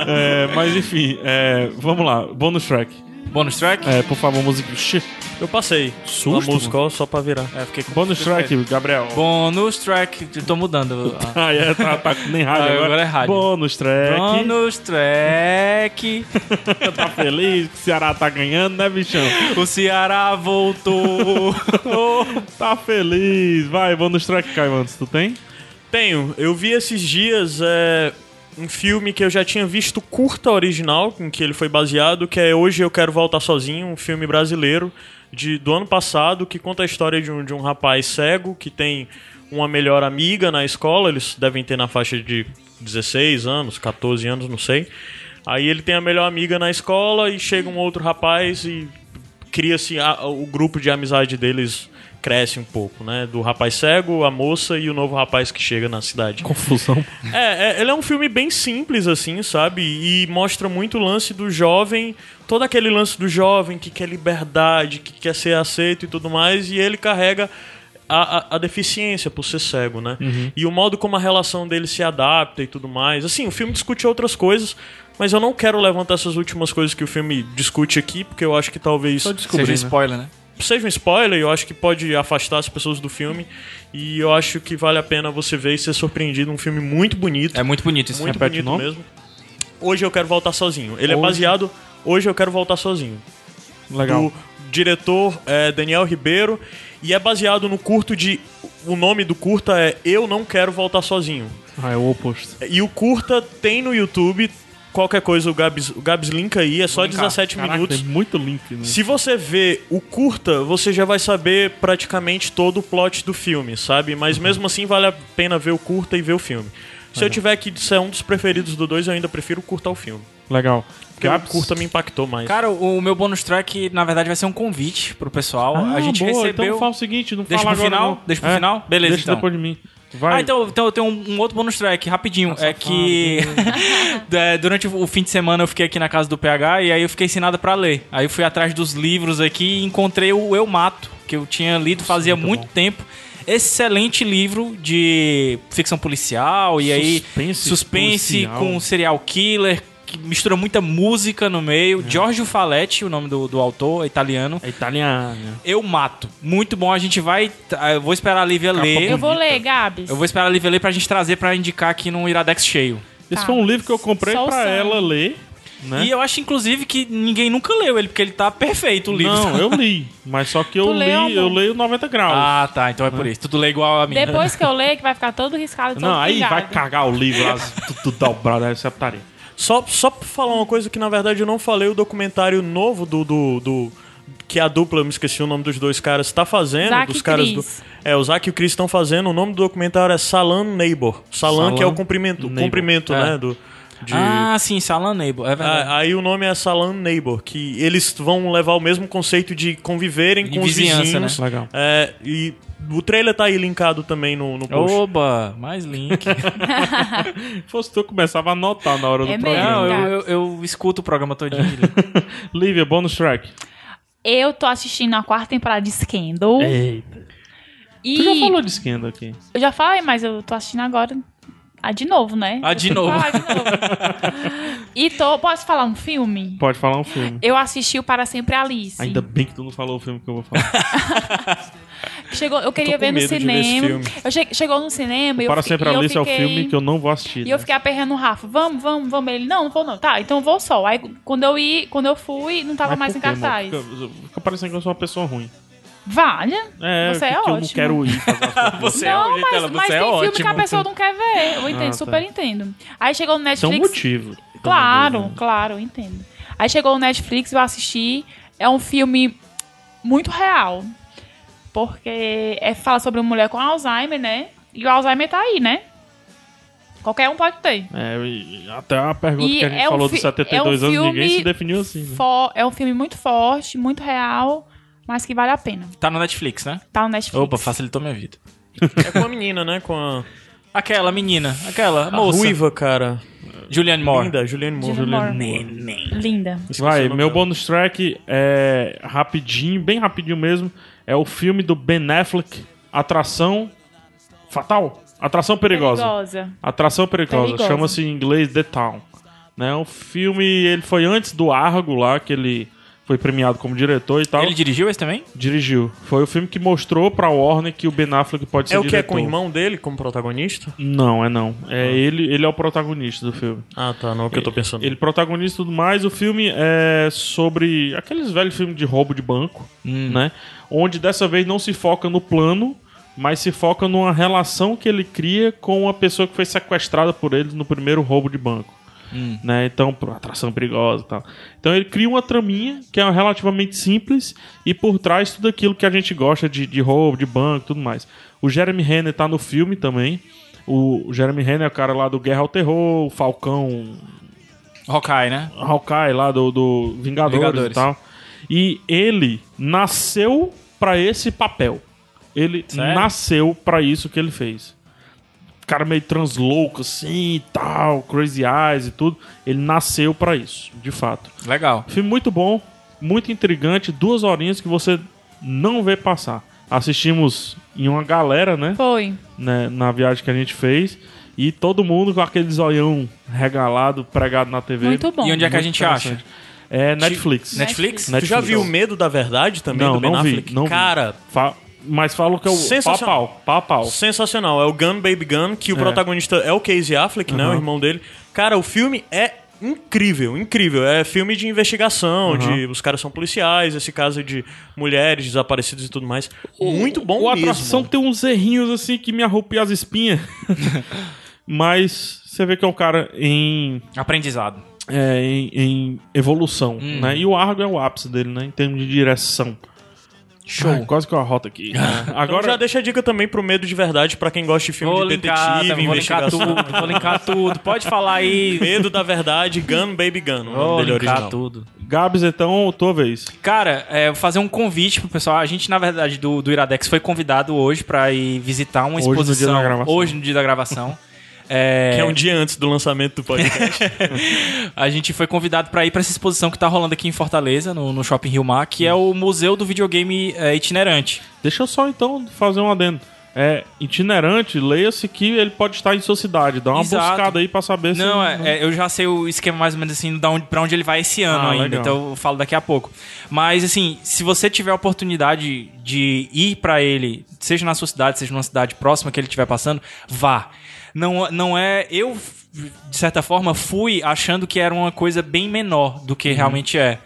S1: É, mas enfim, é, vamos lá. Bônus track.
S3: Bônus track?
S1: É, por favor, música. Shhh.
S2: Eu passei.
S1: Susto,
S2: A música, ó, só pra virar.
S3: É, fiquei com...
S1: Bônus track, Gabriel.
S3: Bônus track. Eu tô mudando. Ah.
S1: Ah, é, tá, tá que nem rádio
S3: Ah,
S1: agora.
S3: agora é rádio.
S1: Bônus track.
S3: Bônus track.
S1: Tá feliz que o Ceará tá ganhando, né, bichão?
S3: o Ceará voltou. Oh.
S1: Tá feliz. Vai, bônus track, Caio antes. Tu tem?
S2: Tenho. Eu vi esses dias é, um filme que eu já tinha visto curta original, em que ele foi baseado, que é Hoje Eu Quero Voltar Sozinho, um filme brasileiro de, do ano passado, que conta a história de um, de um rapaz cego que tem uma melhor amiga na escola, eles devem ter na faixa de 16 anos, 14 anos, não sei. Aí ele tem a melhor amiga na escola e chega um outro rapaz e cria-se assim, a- o grupo de amizade deles cresce um pouco, né? Do rapaz cego, a moça e o novo rapaz que chega na cidade.
S1: Confusão.
S2: É, é, ele é um filme bem simples, assim, sabe? E mostra muito o lance do jovem, todo aquele lance do jovem que quer liberdade, que quer ser aceito e tudo mais, e ele carrega a, a- a deficiência por ser cego, né? E o modo como a relação dele se adapta e tudo mais. Assim, o filme discute outras coisas, mas eu não quero levantar essas últimas coisas que o filme discute aqui, porque eu acho que talvez
S3: Seja spoiler, né?
S2: seja um spoiler, eu acho que pode afastar as pessoas do filme. E eu acho que vale a pena você ver e ser surpreendido. Um filme muito bonito.
S3: É muito bonito esse
S2: muito
S1: repete o
S2: bonito
S1: nome?
S2: mesmo. Hoje eu quero voltar sozinho. Ele é
S1: Hoje-
S2: baseado. Hoje eu quero voltar sozinho
S1: Legal.
S2: do diretor eh, Daniel Ribeiro e é baseado no curto de o nome do curta é Eu não quero voltar sozinho.
S1: Ah, é o oposto.
S2: E o curta tem no YouTube qualquer coisa o Gabs, o Gabs linka aí é só 17
S1: Caraca,
S2: minutos.
S1: Tem muito link, né?
S2: Se você vê o curta, você já vai saber praticamente todo o plot do filme, sabe? Mas mesmo assim vale a pena ver o curta e ver o filme. Se eu tiver que ser um dos preferidos do dois, eu ainda prefiro curtar o filme.
S1: Legal.
S2: Porque o curta me impactou mais.
S3: Cara, o meu bônus track, na verdade, vai ser um convite pro pessoal.
S1: Ah,
S3: a gente
S1: boa,
S3: recebeu.
S1: Então fala o seguinte, não
S3: Deixa
S1: fala
S3: pro
S1: agora
S3: final?
S1: não. É.
S3: Deixa pro final? Beleza,
S1: Deixa
S3: então.
S1: depois de mim. Vai.
S3: Ah, então, então eu tenho um, um outro bônus track, rapidinho. é que é, durante o fim de semana eu fiquei aqui na casa do PH e aí eu fiquei sem nada pra ler. Aí eu fui atrás dos livros aqui e encontrei o Eu Mato, que eu tinha lido fazia muito, tempo. Excelente livro de ficção policial e aí
S1: Suspense
S3: suspense
S1: policial.
S3: com serial killer, que mistura muita música no meio. Giorgio Faletti, o nome do, do autor, é italiano.
S1: É italiana.
S3: Eu Mato. Muito bom, a gente vai... ah, Eu vou esperar a Lívia ler.
S4: Eu vou ler, Gabs.
S3: Eu vou esperar a Lívia ler pra gente trazer pra indicar aqui num Iradex cheio.
S1: Esse foi um livro que eu comprei
S4: Tá. Só o
S1: pra
S4: sangue.
S1: ela ler, né?
S3: E eu acho, inclusive, que ninguém nunca leu ele, porque ele tá perfeito o livro.
S1: Não, eu li. Mas só que eu
S4: Tu
S1: li,
S4: leu, amor?
S1: eu leio 90 graus.
S3: Ah, tá. Então é por isso. Tudo lê igual a mim.
S4: Depois que eu ler, que vai ficar todo riscado. todo
S1: não, aí
S4: pingado.
S1: vai cagar o livro, as, tudo dobrado, aí você é putaria.
S2: Só, só pra falar uma coisa que na verdade eu não falei, o documentário novo do, do, do que a dupla, eu me esqueci o nome dos dois caras, tá fazendo.
S4: Zac
S2: dos
S4: e
S2: caras
S4: Chris.
S2: do. É, o Zac e o Chris estão fazendo. O nome do documentário é Salam Neighbor. Salam,
S3: Salam
S2: que é o cumprimento,
S1: Neighbor.
S2: cumprimento
S3: É.
S2: né? Do, de,
S3: Ah, sim, Salam Neighbor. É verdade.
S2: a- Ah, Aí o nome é Salam Neighbor, que eles vão levar o mesmo conceito de conviverem
S3: De
S2: com os
S3: vizinhança,
S2: vizinhos.
S1: né? Legal.
S2: É, e o trailer tá aí linkado também no,
S3: ah,
S2: no post.
S3: Oba, mais link.
S1: Se fosse tu, eu começava a anotar na hora
S4: É
S1: do
S4: mesmo.
S1: programa.
S3: Não, eu, eu, eu escuto o programa todinho.
S1: Lívia, bônus track.
S4: Eu tô assistindo a quarta temporada de Scandal.
S1: Eita.
S4: E
S1: Tu já falou de Scandal aqui.
S4: Eu já falei, mas eu tô assistindo agora. Ah, de novo, né?
S3: Ah, de
S4: Eu tenho que
S3: novo.
S4: falar de novo. e tô. Posso falar um filme?
S1: Pode falar um filme.
S4: Eu assisti o Para Sempre Alice.
S1: Ainda bem que tu não falou o filme que eu vou falar.
S4: Chegou, eu queria
S2: com
S4: ver no
S2: medo de ver esse
S4: cinema.
S2: filme.
S4: Eu che- chegou no cinema e eu
S1: Para
S4: fiquei-
S1: Sempre
S4: e eu
S1: Alice é o
S4: fiquei-
S1: filme que eu não vou assistir.
S4: E eu
S1: né?
S4: fiquei aperreando o Rafa, vamos, vamos, vamos. Ele, não, não vou não. Tá, então eu vou só. Aí quando eu ir, quando eu fui, não tava
S1: Mas
S4: mais em
S1: por quê, amor?
S4: cartaz.
S1: Fica, fica parecendo que eu sou uma pessoa ruim.
S4: Vale.
S1: É,
S4: Você
S1: que,
S4: é
S1: que eu não
S4: ótimo.
S1: quero ir fazer as coisas.
S3: Você é
S4: não,
S3: o jeito
S4: mas,
S3: dela,
S4: mas
S3: você
S4: tem
S3: é
S4: filme
S3: ótimo.
S4: que a pessoa não quer ver. Eu entendo,
S1: tá.
S4: super entendo. Aí chegou no
S1: Isso é um
S4: Netflix.
S1: motivo. né?
S4: Claro,
S3: né?
S4: claro, eu entendo. Aí chegou o Netflix, eu assisti. É um filme muito real. Porque é, fala sobre uma mulher com Alzheimer, né? E o Alzheimer tá aí, né? Qualquer um pode ter.
S3: Hum.
S1: É, e até a pergunta
S4: E
S1: que a gente
S4: é um
S1: falou
S4: fi-
S1: dos 72
S4: é um
S1: anos, ninguém
S4: filme
S1: se definiu assim. Né?
S4: Fo- é um filme muito forte, muito real, mas que vale a pena.
S3: tá no Netflix, né?
S4: Tá no Netflix.
S3: Opa, facilitou minha vida.
S2: É com a menina, né? Com a,
S3: Aquela menina, aquela
S2: a
S3: moça.
S2: ruiva, cara.
S3: Julianne Moore.
S2: Linda, Juliane Moore.
S4: Julianne Moore. Linda.
S2: Esqueci o
S1: Vai,
S2: nome
S1: meu
S2: dela.
S1: bonus track é rapidinho, bem rapidinho mesmo. É o filme do Ben Affleck, Atração Fatal. Atração Perigosa.
S4: Perigosa.
S1: Atração Perigosa.
S4: Perigosa.
S1: Chama-se em inglês The Town. Né? O filme, ele foi antes do Argo lá, que ele foi premiado como diretor e tal.
S3: Ele dirigiu esse também?
S1: dirigiu. Foi o filme que mostrou pra Warner que o Ben Affleck pode ser
S2: É o que é com o
S1: diretor.
S2: irmão Ah. dele como protagonista?
S1: Não, é não. É ele, ele é o protagonista do filme.
S2: Ah, tá. Não é o que eu tô pensando.
S1: Ele protagonista e tudo mais. O filme é sobre aqueles velhos filmes de roubo de banco,
S2: Hum.
S1: né? Onde dessa vez não se foca no plano, mas se foca numa relação que ele cria com uma pessoa que foi sequestrada por ele no primeiro roubo de banco.
S2: Hum.
S1: Né? Então, por atração perigosa e tal. Então ele cria uma traminha que é relativamente simples e por trás tudo aquilo que a gente gosta de, de roubo, de banco e tudo mais. O Jeremy Renner tá no filme também. O o Jeremy Renner é o cara lá do Guerra ao Terror, o Falcão,
S3: Hawkeye, né?
S1: Hawkeye lá do, do Vingadores,
S3: Vingadores.
S1: e tal. E ele nasceu pra esse papel. Ele
S3: Sério?
S1: nasceu pra isso que ele fez. Cara meio translouco assim e tal, crazy eyes e tudo. Ele nasceu pra isso, de fato.
S3: Legal.
S1: Filme muito bom, muito intrigante, duas horinhas que você não vê passar. Assistimos em uma galera, né?
S4: Foi.
S1: né, na viagem que a gente fez. E todo mundo com aquele zoião regalado, pregado na TV.
S4: Muito bom.
S3: E onde é que a gente acha?
S1: Interessante. É Netflix.
S3: Netflix?
S1: Netflix.
S2: Tu já viu o Medo da Verdade também
S1: Não,
S2: do Ben
S1: não vi,
S2: Affleck?
S1: não vi.
S2: Cara,
S1: Fa- Mas falo que é o
S2: Sensacional.
S1: papau, papau.
S2: sensacional. É o Gun Baby Gun, que o protagonista é o Casey Affleck, né? O irmão dele. Cara, o filme é incrível, incrível. É filme de investigação, de os caras são policiais, esse caso de mulheres desaparecidas e tudo mais. Muito bom
S1: O
S2: mesmo.
S1: atração tem uns errinhos assim que me arrupia as espinhas. Mas você vê que é um cara em,
S3: Aprendizado.
S1: é, em, em evolução,
S2: Hum.
S1: né? E o Argo é o ápice dele, né? Em termos de direção. Show. quase que eu arroto aqui.
S2: Então
S1: Agora
S2: já deixa a dica também pro Medo de Verdade pra quem gosta de filme
S3: Vou
S2: de
S3: linkar,
S2: detetive,
S3: também, vou linkar
S2: investigação.
S3: tudo, vou linkar tudo. Pode falar aí.
S2: Medo da Verdade, Gun Baby Gun, o
S3: Vou
S2: nome dele é
S3: linkar
S2: original.
S3: tudo.
S1: Gabs, então, tua vez.
S3: Cara, é, vou fazer um convite pro pessoal. A gente, na verdade, do, do Iradex foi convidado hoje pra ir visitar uma
S1: Hoje, no dia
S3: exposição.
S1: da gravação.
S3: Hoje, no dia da gravação. É,
S2: Que é um dia antes do lançamento do podcast.
S3: A gente foi convidado pra ir pra essa exposição que tá rolando aqui em Fortaleza, no, no Shopping Rio Mar, que é o Museu do Videogame é, Itinerante.
S1: Deixa eu só então fazer um adendo. É itinerante, leia-se que ele pode estar em sua cidade. Dá uma
S3: Exato.
S1: buscada aí pra saber se.
S3: Não, é, é, eu já sei o esquema mais ou menos assim da onde, pra onde ele vai esse ano
S1: Ah,
S3: ainda,
S1: legal.
S3: então eu falo daqui a pouco. Mas assim, se você tiver a oportunidade de ir pra ele, seja na sua cidade, seja numa cidade próxima que ele estiver passando, vá. Não, não é. Eu, de certa forma, fui achando que era uma coisa bem menor do
S1: Uhum.
S3: que realmente é.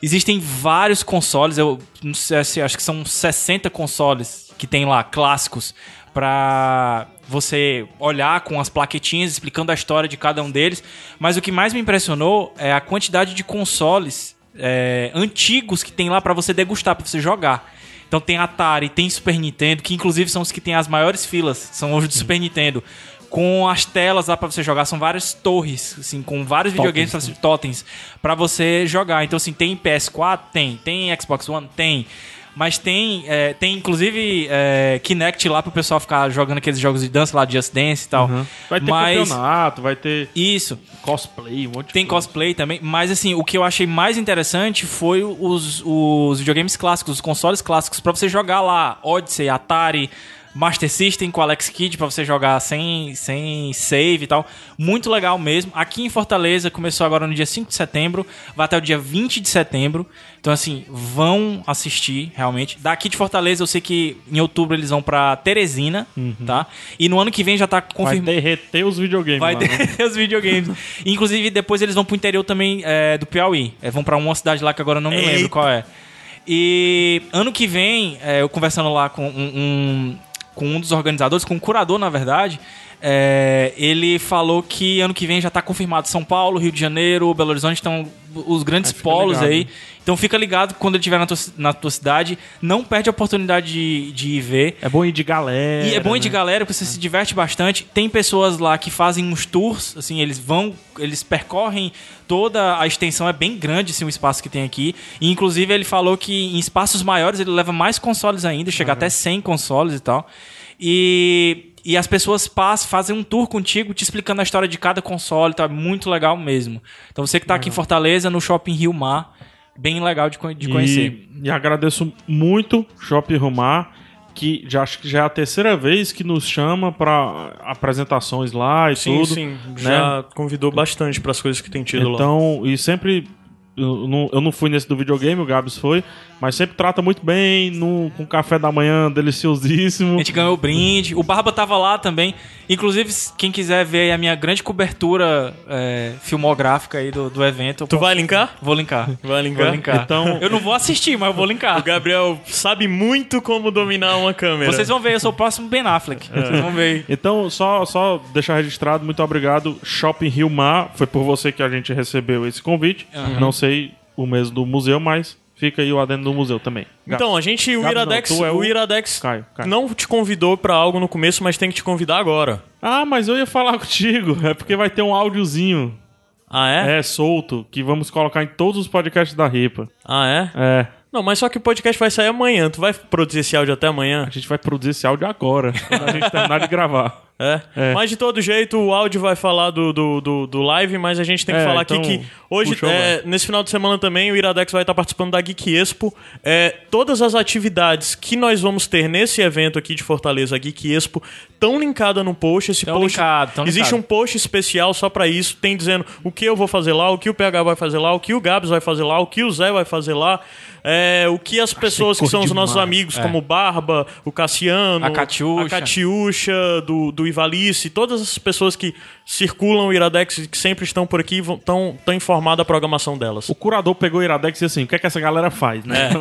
S3: Existem vários consoles, eu não sei se acho que são 60 consoles que tem lá, clássicos, pra você olhar com as plaquetinhas explicando a história de cada um deles. Mas o que mais me impressionou é a quantidade de consoles é, antigos que tem lá pra você degustar, pra você jogar. Então tem Atari, tem Super Nintendo, que inclusive são os que têm as maiores filas, são os do Super Nintendo. Com as telas lá pra você jogar, são várias torres, assim, com vários videogames, pra você, totens, pra você jogar. Então, assim, tem PS4? Tem. Tem Xbox One? Tem. Mas tem, é, tem inclusive é, Kinect lá pro pessoal ficar jogando aqueles jogos de dança lá, Just Dance e tal.
S1: Uhum. né? Vai ter
S3: Mas,
S1: campeonato, vai ter
S3: Isso.
S1: cosplay, um monte de
S3: Tem
S1: coisa.
S3: cosplay também, mas assim, o que eu achei mais interessante foi os, os videogames clássicos, os consoles clássicos, pra você jogar lá Odyssey, Atari, Master System com Alex Kidd, pra você jogar sem, sem save e tal. Muito legal mesmo. Aqui em Fortaleza, começou agora no dia 5 de setembro, vai até o dia 20 de setembro. Então, assim, vão assistir, realmente. Daqui de Fortaleza, eu sei que em outubro eles vão pra Teresina, tá? E no ano que vem já tá
S1: Vai
S3: confirmado.
S1: derreter os videogames
S3: Vai
S1: lá, né?
S3: ter os videogames. Inclusive, depois eles vão pro interior também é, do Piauí. É, vão pra uma cidade lá que agora eu não me lembro qual é. E ano que vem, é, eu conversando lá com um, um- com um dos organizadores, com um curador, na verdade, é, ele falou que ano que vem já tá confirmado São Paulo, Rio de Janeiro, Belo Horizonte, estão os grandes
S1: fica
S3: polos
S1: ligado.
S3: aí. Então fica ligado quando ele estiver na tua, na tua cidade. Não perde a oportunidade de, de ir ver.
S1: É bom ir de galera.
S3: E é bom ir de
S1: né?
S3: galera, porque você se diverte bastante. Tem pessoas lá que fazem uns tours, assim, eles vão, eles percorrem toda a extensão, é bem grande assim, o espaço que tem aqui. E, inclusive, ele falou que em espaços maiores ele leva mais consoles ainda, chega até 100 consoles e tal. E. E as pessoas passam, fazem um tour contigo, te explicando a história de cada console, tá? Muito legal mesmo. Então você que tá aqui em Fortaleza, no Shopping Rio Mar, bem legal de, co- de conhecer.
S1: E, e agradeço muito Shopping Rumar, que já acho que já é a terceira vez que nos chama pra apresentações lá e
S2: Sim,
S1: tudo. né?
S2: sim. Já convidou bastante pras coisas que tem tido lá.
S1: Então, e sempre. Eu não, eu não fui nesse do videogame, o Gabs foi, mas sempre trata muito bem, no, com café da manhã deliciosíssimo.
S3: A gente ganhou o brinde. O Barba tava lá também. Inclusive, quem quiser ver aí a minha grande cobertura é, filmográfica aí do, do evento, eu
S2: Tu vai linkar?
S3: vou linkar.
S2: Vai
S3: Vou
S2: linkar?
S3: linkar.
S1: Então-
S3: eu não vou assistir, mas eu vou
S2: O
S3: linkar.
S2: Gabriel sabe muito como dominar uma câmera.
S3: Vocês vão ver, eu sou o próximo Ben Affleck.
S2: É.
S3: Vocês vão ver. aí.
S1: Então, só, só deixar registrado, muito obrigado, Shopping Rio Mar. Foi por você que a gente recebeu esse convite. Não sei o mesmo do museu, mas fica aí o adendo do museu também.
S2: Então, a gente, o
S1: Gabi, não,
S2: Iradex,
S1: tu é
S2: o
S1: o-
S2: Iradex
S1: Caio, Caio.
S2: não te convidou pra algo no começo, mas tem que te convidar agora.
S1: Ah, mas eu ia falar contigo. É porque vai ter um áudiozinho.
S2: Ah, é?
S1: É, solto, que vamos colocar em todos os podcasts da Ripa.
S2: Ah, é?
S1: É,
S2: Não, mas só que o podcast vai sair amanhã. Tu vai produzir esse áudio até amanhã?
S1: a gente vai produzir esse áudio agora, quando a gente terminar de gravar.
S2: É.
S1: É.
S2: Mas de todo jeito, o áudio vai falar do, do, do, do live, mas a gente tem que
S1: É,
S2: falar
S1: então,
S2: aqui que hoje,
S1: puxa o
S2: é, nesse final de semana também, o Iradex vai estar participando da Geek Expo. É, todas as atividades que nós vamos ter nesse evento aqui de Fortaleza, a Geek Expo, estão linkadas no post. Esse
S3: Tão
S2: post.
S3: linkado, tão
S2: existe
S3: linkado.
S2: um post especial só pra isso, tem dizendo o que eu vou fazer lá, o que o PH vai fazer lá, o que o Gabs vai fazer lá, o que o Zé vai fazer lá, é, o que as pessoas que são os nossos amigos, como o Barba, o Cassiano,
S3: A Catiúcha.
S2: a Cati- Tiúcha, do, do Ivalice, todas as pessoas que circulam o Iradex e que sempre estão por aqui estão tão informadas da programação delas.
S1: O curador pegou o Iradex e assim, o que é que essa galera faz, né?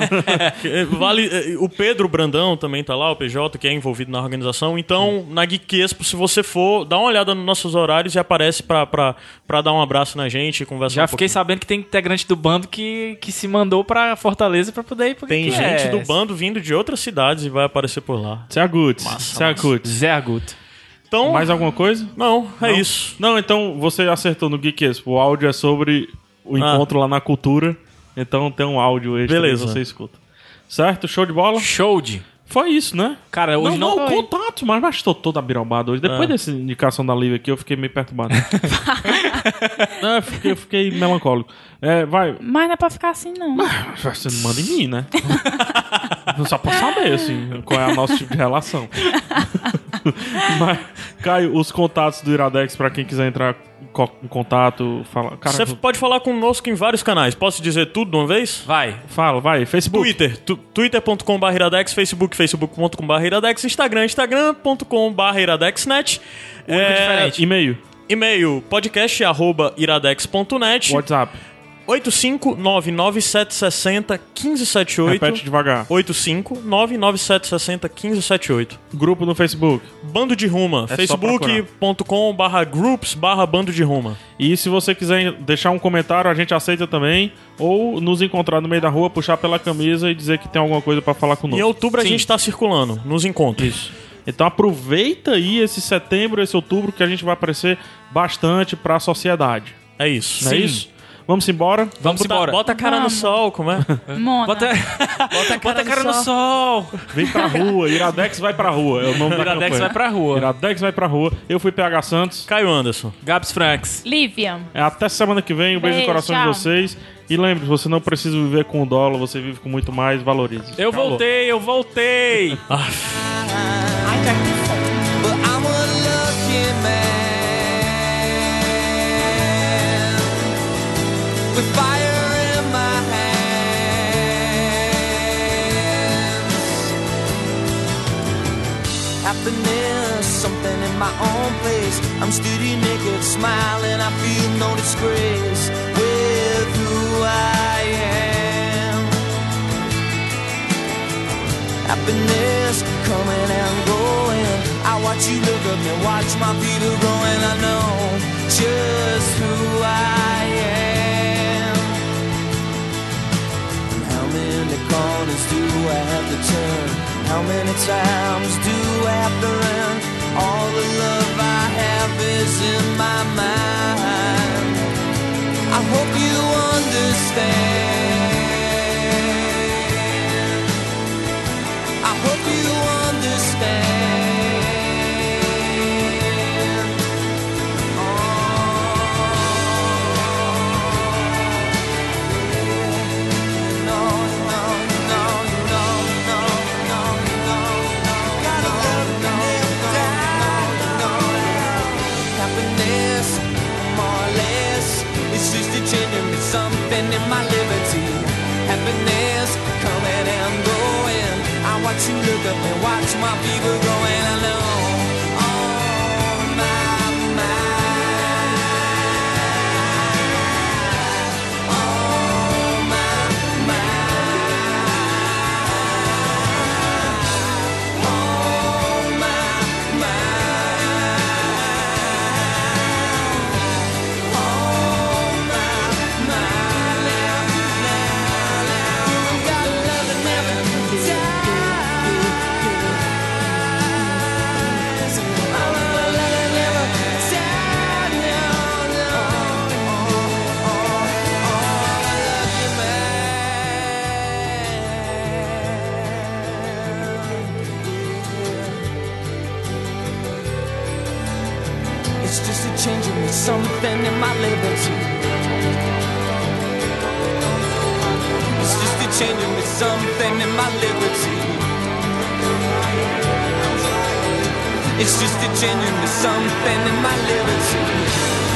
S2: É, vale, é, o Pedro Brandão também tá lá, o PJ, que é envolvido na organização. Então, na Geek Expo, se você for, dá uma olhada nos nossos horários e aparece pra, pra, pra dar um abraço na gente e conversar
S3: Já
S2: um
S3: fiquei
S2: pouquinho.
S3: sabendo que tem integrante do bando que, que se mandou pra Fortaleza pra poder ir. porque
S2: Tem
S3: que
S2: gente
S3: é.
S2: do bando vindo de outras cidades e vai aparecer por lá.
S1: Cê agudes, cê agudes.
S3: Zé Aguto.
S2: Então,
S1: é Mais alguma coisa?
S2: não, é isso.
S1: Não, então você acertou no Geek Expo. O áudio é sobre o
S2: Ah.
S1: encontro lá na cultura. Então tem um áudio extra
S2: Beleza.
S1: que você escuta. Certo? Show de bola?
S3: Show de.
S1: Foi isso, né?
S3: Cara, hoje não,
S1: não,
S3: foi.
S1: contato, mas mas tô toda birombada hoje. Depois dessa indicação da Lívia aqui, eu fiquei meio perturbado. não, eu fiquei, eu fiquei melancólico. É, vai,
S4: Mas não é pra ficar assim, não.
S1: você não manda em mim, né? Só pra saber, assim, qual é o nosso tipo de relação. Mas, Caio, os contatos do Iradex pra quem quiser entrar co- em contato, fala. Cara,
S2: Você pode falar conosco em vários canais. Posso dizer tudo de uma vez?
S3: Vai.
S1: fala, vai, Facebook.
S2: Twitter, tu, twitter.com.br iradex, facebook, facebook.com.br iradex, instagram, instagram.com.br iradexnet, é,
S3: diferente.
S1: E-mail,
S2: e-mail podcast arroba iradex.net,
S1: WhatsApp. Repete
S2: 85997601578.
S1: devagar.
S2: 85997601578.
S1: Grupo no Facebook.
S2: Bando de Ruma.
S1: É só
S2: facebook.com barra groups barra Bando de Ruma.
S1: E se você quiser deixar um comentário, a gente aceita também. Ou nos encontrar no meio da rua, puxar pela camisa e dizer que tem alguma coisa pra falar conosco.
S2: Em outubro a
S1: Sim.
S2: gente tá circulando nos encontros.
S1: Então aproveita aí esse setembro, esse outubro, que a gente vai aparecer bastante pra sociedade.
S2: É isso.
S1: Não é isso? Vamos embora?
S3: Vamos
S2: Bota,
S3: embora.
S2: bota a cara
S4: Vamos.
S2: no sol, como é?
S4: Mona.
S3: Bota, bota a cara, no sol.
S1: Vem pra rua. Iradex vai pra rua. É o nome da
S3: Iradex
S1: campanha.
S3: vai pra rua.
S1: Iradex vai pra rua. Eu fui PH Santos.
S2: Caio Anderson.
S3: Gabs Franks.
S4: Lívia.
S1: É, Até semana que vem. Um beijo, no
S4: Beijo,
S1: coração
S4: tchau.
S1: de vocês. E lembre-se, você não precisa viver com o dólar, você vive com muito mais. Valorize.
S3: Eu
S1: Falou.
S3: voltei, eu voltei.
S5: Well, I'm a lucky man with fire in my hands. Happiness, something in my own place. I'm steady naked, smiling. I feel no disgrace with who I am. Happiness coming and going. I watch you look at me, watch my feet are growing. I know just who I am. And how many corners do I have to turn? How many times do I have to run? All the love I have is in my mind. I hope you understand. I hope you understand. Oh, no, no, no, no, no, no, no, no, gotta love no, no, no, Happiness, more or less, it's just a genuine something in my liberty. Happiness coming and going. I watch you look up and watch my people going alone. On my mind. On my mind. On my mind. It's just a change in me, something in my liberty. It's just a change in me, something in my liberty. It's just a change in me, something in my liberty.